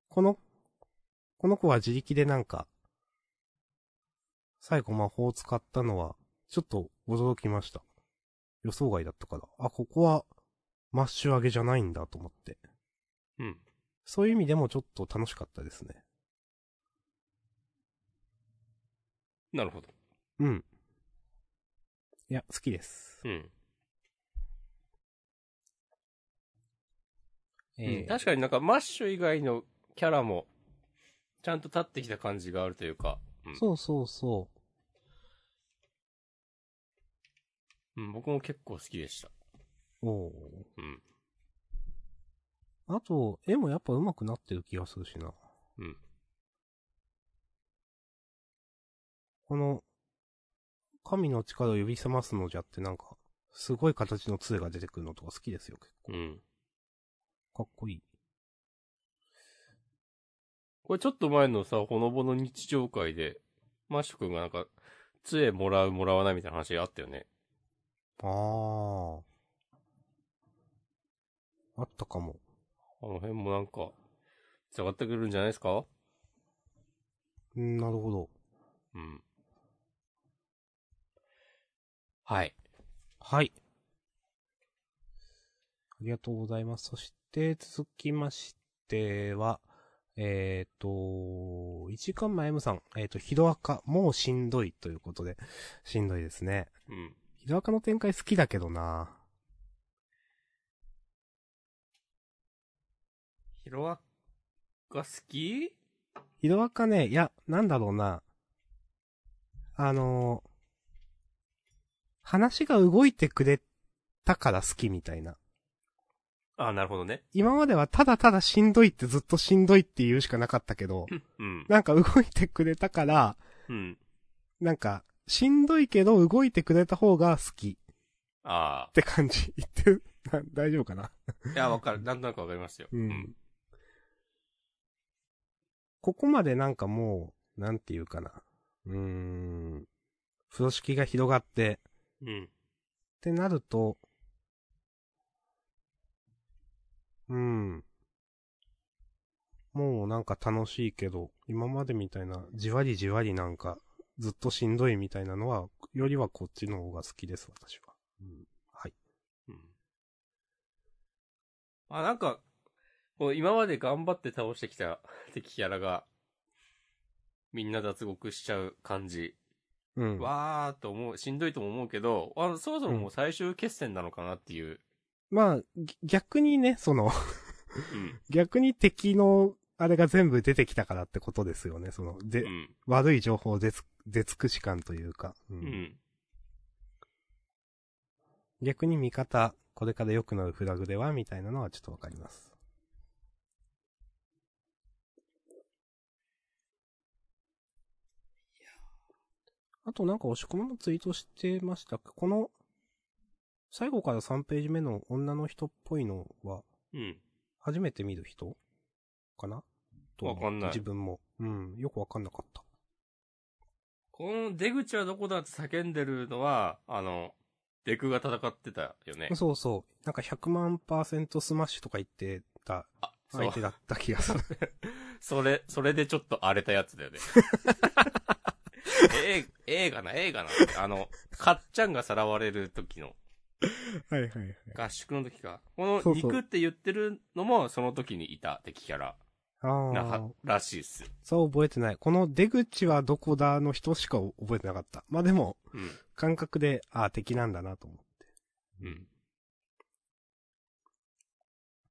S2: この、この子は自力でなんか、最後魔法を使ったのは、ちょっと驚きました。予想外だったから。あ、ここは、マッシュ上げじゃないんだと思って。
S1: うん。
S2: そういう意味でもちょっと楽しかったですね。
S1: なるほど。
S2: うん。いや、好きです。
S1: うん。うん
S2: えー
S1: 確かになんかマッシュ以外のキャラも、ちゃんと立ってきた感じがあるというか、うん
S2: そうそうそう。
S1: うん、僕も結構好きでした。う
S2: お
S1: ん。
S2: ーあと、絵もやっぱ上手くなってる気がするしな。
S1: うん。
S2: この、神の力を呼び覚ますのじゃってなんか、すごい形の杖が出てくるのとか好きですよ、結構。
S1: うん。
S2: かっこいい。
S1: これちょっと前のさ、ほのぼの日常会で、マッシュ君がなんか、杖もらうもらわないみたいな話あったよね。
S2: あー。あったかも。
S1: あの辺もなんか、繋がってくるんじゃないですか
S2: うんなるほど。
S1: うん。はい。
S2: はい。ありがとうございます。そして、続きましては、えっ、と、1時間前 M さん、えっ、と、ヒロアカ、もうしんどいということで、しんどいですね。
S1: うん。
S2: ヒロアカの展開好きだけどな
S1: ヒロアが好き
S2: ヒロアカね、いや、なんだろうな。あのー話が動いてくれたから好きみたいな。
S1: あなるほどね。
S2: 今まではただただしんどいってずっとしんどいって言うしかなかったけど、
S1: うん。
S2: なんか動いてくれたから、
S1: うん。
S2: なんか、しんどいけど動いてくれた方が好きっ
S1: あ
S2: て感じ。言ってるな大丈夫かな
S1: あ。いや、わかる。なんとなくわかりますよ。
S2: うん。ここまでなんかもう、なんていうかな。うーん。風呂敷が広がって、
S1: うん。
S2: ってなると、うん。もうなんか楽しいけど、今までみたいな、じわりじわりなんか、ずっとしんどいみたいなのは、よりはこっちの方が好きです、私は。うん、はい。
S1: うん。あ、なんか、こう今まで頑張って倒してきた敵キャラが、みんな脱獄しちゃう感じ。
S2: うん。
S1: わーっと思う、しんどいとも思うけど、あの、そろそろもう最終決戦なのかなっていう。
S2: まあ、ぎ逆にね、その、
S1: うん。
S2: 逆に敵の、あれが全部出てきたからってことですよね、その、で、
S1: うん。
S2: 悪い情報出つ、出尽くし感というか。うん
S1: うん。
S2: 逆に味方、これから良くなるフラグでは、みたいなのはちょっとわかります。あとなんか押し込みもツイートしてましたっけこの、最後から3ページ目の女の人っぽいのは、
S1: うん。
S2: 初めて見る人かなと思って
S1: わかんない
S2: 自分も。うん、よくわかんなかった。
S1: この出口はどこだって叫んでるのは、あの、デクが戦ってたよね。
S2: そうそう。なんか100万パーセントスマッシュとか言ってた
S1: あ、そう
S2: 相手だった気がする。
S1: それ、それでちょっと荒れたやつだよね。 え映画な、映画な。あの、かっちゃんがさらわれる時の、
S2: はいはいはい。
S1: 合宿の時か。こ
S2: そ
S1: の
S2: うそう
S1: 肉って言ってるのも、その時にいた敵キャラな
S2: ああ
S1: は。、らしいっす。
S2: そう覚えてない。この出口はどこだの人しか覚えてなかった。まあでも、
S1: うん。
S2: 感覚で、ああ、敵なんだなと思って。
S1: うん。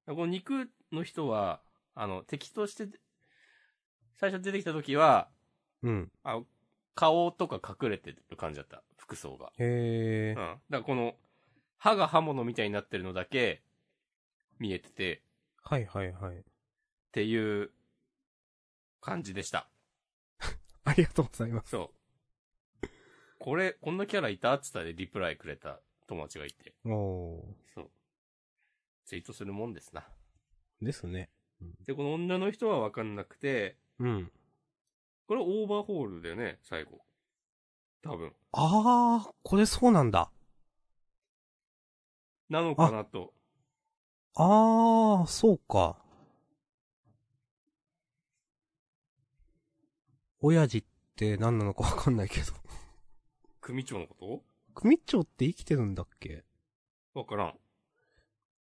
S1: この肉の人は、あの、敵として、最初出てきた時は、
S2: うん。
S1: あ顔とか隠れてる感じだった。服装が。
S2: へ
S1: うん。だからこの、歯が刃物みたいになってるのだけ、見えてて、っ
S2: はいはいはい。
S1: ていう、感じでした。
S2: ありがとうございます。
S1: そう。これ、こんなキャラいたって言ったらリプライくれた友達がいて。
S2: お
S1: そう。ツイートするもんですな。
S2: ー。ですね。
S1: で、この女の人はわかんなくて、
S2: うん。
S1: これオーバーホールだよね、最後。多分。
S2: ああ、これそうなんだ。
S1: なのかなと。
S2: ああ、そうか。親父って何なのかわかんないけど。
S1: 組長のこ
S2: 組長って生きてるんだっけ
S1: とわからん。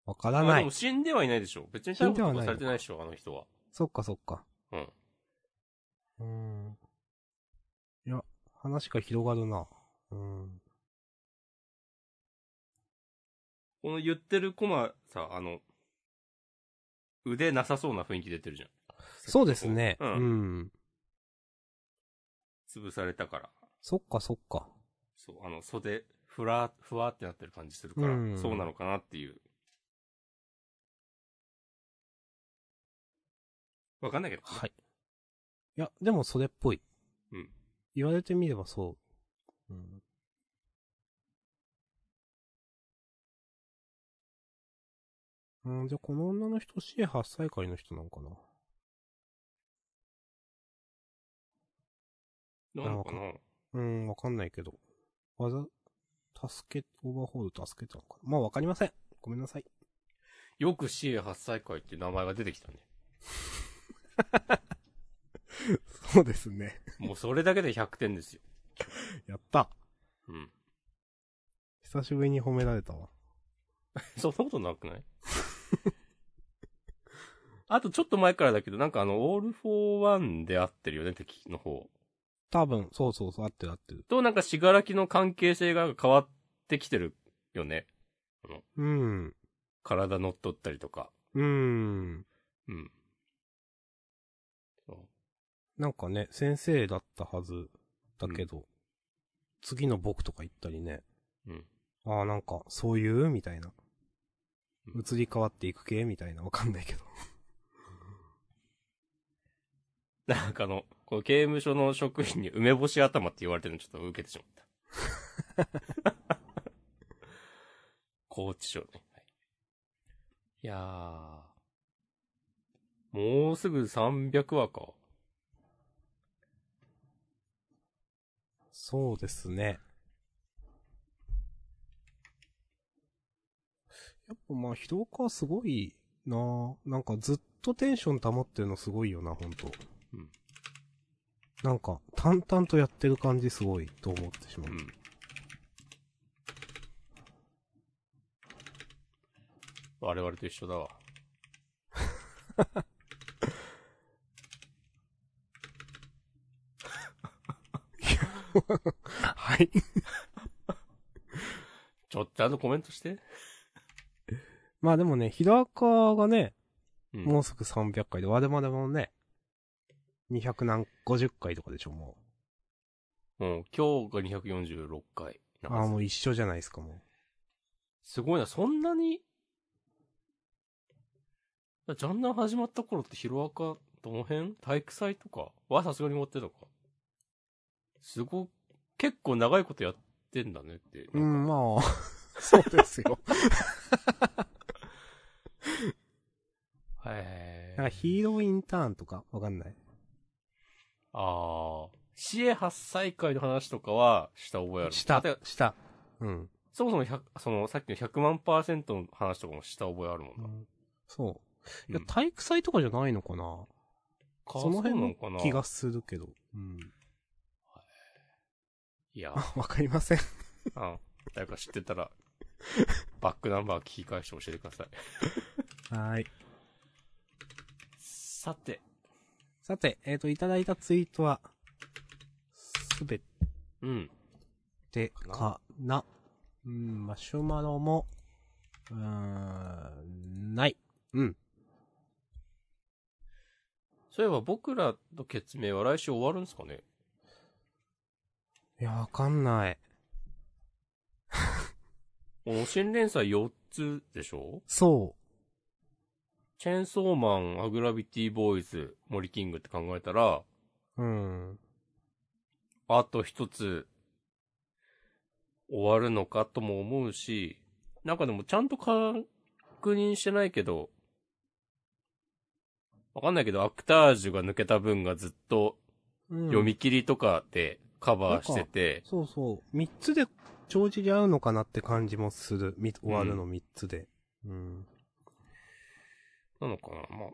S2: わから
S1: まあ
S2: な
S1: でも
S2: い。
S1: 死んではいないでしょ。別に
S2: 死んでは
S1: 逮捕と
S2: ない
S1: かされてないでしょ、あの人は。
S2: そっかそっか。
S1: うん。
S2: うーん。いや、話が広がるな。うん。
S1: この言ってるコマさ、あの、腕なさそうな雰囲気出てるじゃん。
S2: そうですね。
S1: うん
S2: うん。
S1: 潰されたから。
S2: そっかそっか。
S1: そう、あの、袖、ふら、ふわってなってる感じするから、
S2: うん
S1: そうなのかなっていう。わかんないけど。
S2: はい。いや、でもそれっぽい。
S1: うん。
S2: 言われてみればそう。うん。うん、じゃあこの女の人、死8歳かりの人なのかな
S1: どうなのかな
S2: うん、わかんないけど。わざ、助け、オーバーホール助けたのかなまあわかりません。ごめんなさい。
S1: よく CA8 歳会っていう名前が出てきたね。
S2: そうですね。
S1: もうそれだけで100点ですよ。
S2: やった。
S1: うん。
S2: 久しぶりに褒められたわ。
S1: そんなことなくない あとちょっと前からだけど、なんかあの、オール・フォー・ワンで合ってるよね、敵の方。
S2: 多分、そうそうそう、合ってる合ってる。
S1: と、なんか、しがらきの関係性が変わってきてるよね。
S2: うん。
S1: 体乗っ取ったりとか。
S2: うん。
S1: うん。そう
S2: なんかね、先生だったはずだけど、次の僕とか言ったりね。
S1: うん。
S2: ああ、なんか、そういうみたいな
S1: うん。
S2: 移り変わっていく系みたいな、わかんないけど。
S1: なんかあの、この刑務所の職員に梅干し頭って言われてるのちょっと受けてしまった。 高知省ね。はい、いやー。もうすぐ300話か。
S2: そうですね。やっぱまあ、広岡はすごいなぁなんかずっとテンション保ってるのすごいよな、ほんと。
S1: うん
S2: なんか、淡々とやってる感じすごいと思ってしまう
S1: う。ん。我々と一緒だわ。
S2: はい。
S1: ちょっとちゃんとコメントして。
S2: まあでもね、平岡がね、
S1: うん
S2: もうすぐ300回で、我々もね、200何、50回とかでしょ、も
S1: うん、今日が246回。
S2: う。
S1: なんか
S2: ああ、もう一緒じゃないですか、も
S1: すごいな、そんなに。ジャンダン始まった頃ってヒロアカ、どの辺体育祭とかはさすがに持ってたか。すご、結構長いことやってんだねって。
S2: う。うん、 まあ、そうですよ。
S1: へ
S2: なんか
S1: ー。
S2: ヒーローインターンとか、わかんない。
S1: ああ。死へ8歳会の話とかは、した覚えある。
S2: した
S1: だって、
S2: した。うん。
S1: そもそも100、その、さっきの100万パーセントの話とかもした覚えあるもん
S2: う
S1: な。
S2: んそう。いや
S1: う、ん
S2: 体育祭とかじゃないのかな、
S1: か
S2: その辺
S1: うな
S2: の
S1: かな
S2: 気がするけど。うん。
S1: いや、
S2: あ わかりません。
S1: あ誰か知ってたら、バックナンバー聞き返して教えてください。
S2: はい。
S1: さて、
S2: さて、えっ、と、いただいたツイートは、すべ
S1: うん。
S2: てかな。うん、マシュマロも、うーん、ない。うん。
S1: そういえば僕らの決明は来週終わるんですかね
S2: いや、わかんない。
S1: もう新連載4つでしょ
S2: そ
S1: チェーンソーマン、アグラビティボーイズ、森キングって考えたら、
S2: う。うん。
S1: あと一つ、終わるのかとも思うし、なんかでもちゃんと確認してないけど、わかんないけど、アクタージュが抜けた分がずっと
S2: うん、
S1: 読み切りとかでカバーしてて、
S2: そうそう。三つで、帳尻合うのかなって感じもする。み終わるの三つで。うん。
S1: なのかなまあ、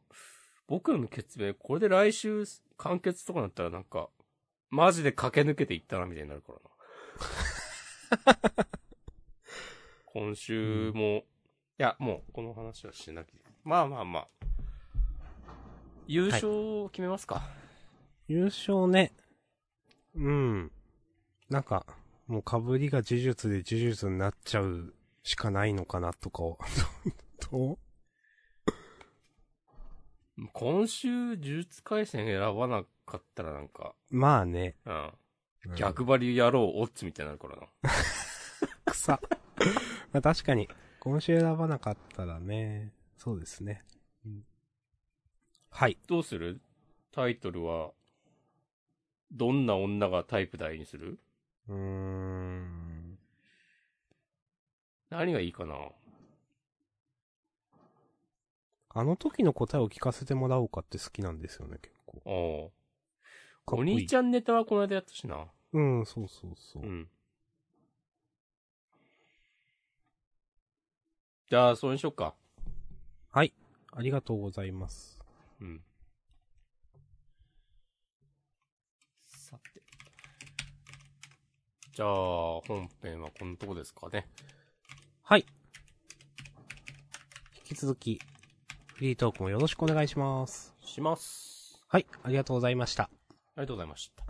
S1: 僕らの決明、これで来週完結とかなったらなんか、マジで駆け抜けていったな、みたいになるからな。 今週も、いや、もう、この話はしなきゃ。まあまあまあ。優勝を決めますか。
S2: 優勝ね。うん。なんか、もう被りが呪術で呪術になっちゃうしかないのかなとかを。 と
S1: 今週、呪術回戦選ばなかったらなんか、
S2: まあね。
S1: うん。
S2: うん
S1: 逆張りやろう、オッズみたいになるからな。
S2: 草。 まあ確かに、今週選ばなかったらね、そうですね。うんはい。
S1: どうするタイトルは、どんな女がタイプ大にする
S2: うーん。
S1: 何がいいかな
S2: あの時の答えを聞かせてもらおうかって好きなんですよね、結構。
S1: おうお
S2: かっこいい
S1: 兄ちゃんネタはこの間やったしな。
S2: うん、そうそうそうう。
S1: ん。じゃあ、それにしよっか。
S2: はい。ありがとうございます。
S1: うん。さて。じゃあ、本編はこのとこですかね。
S2: はい。引き続き、フリートークもよろしくお願いします。
S1: します。
S2: はい、ありがとうございました。
S1: ありがとうございました。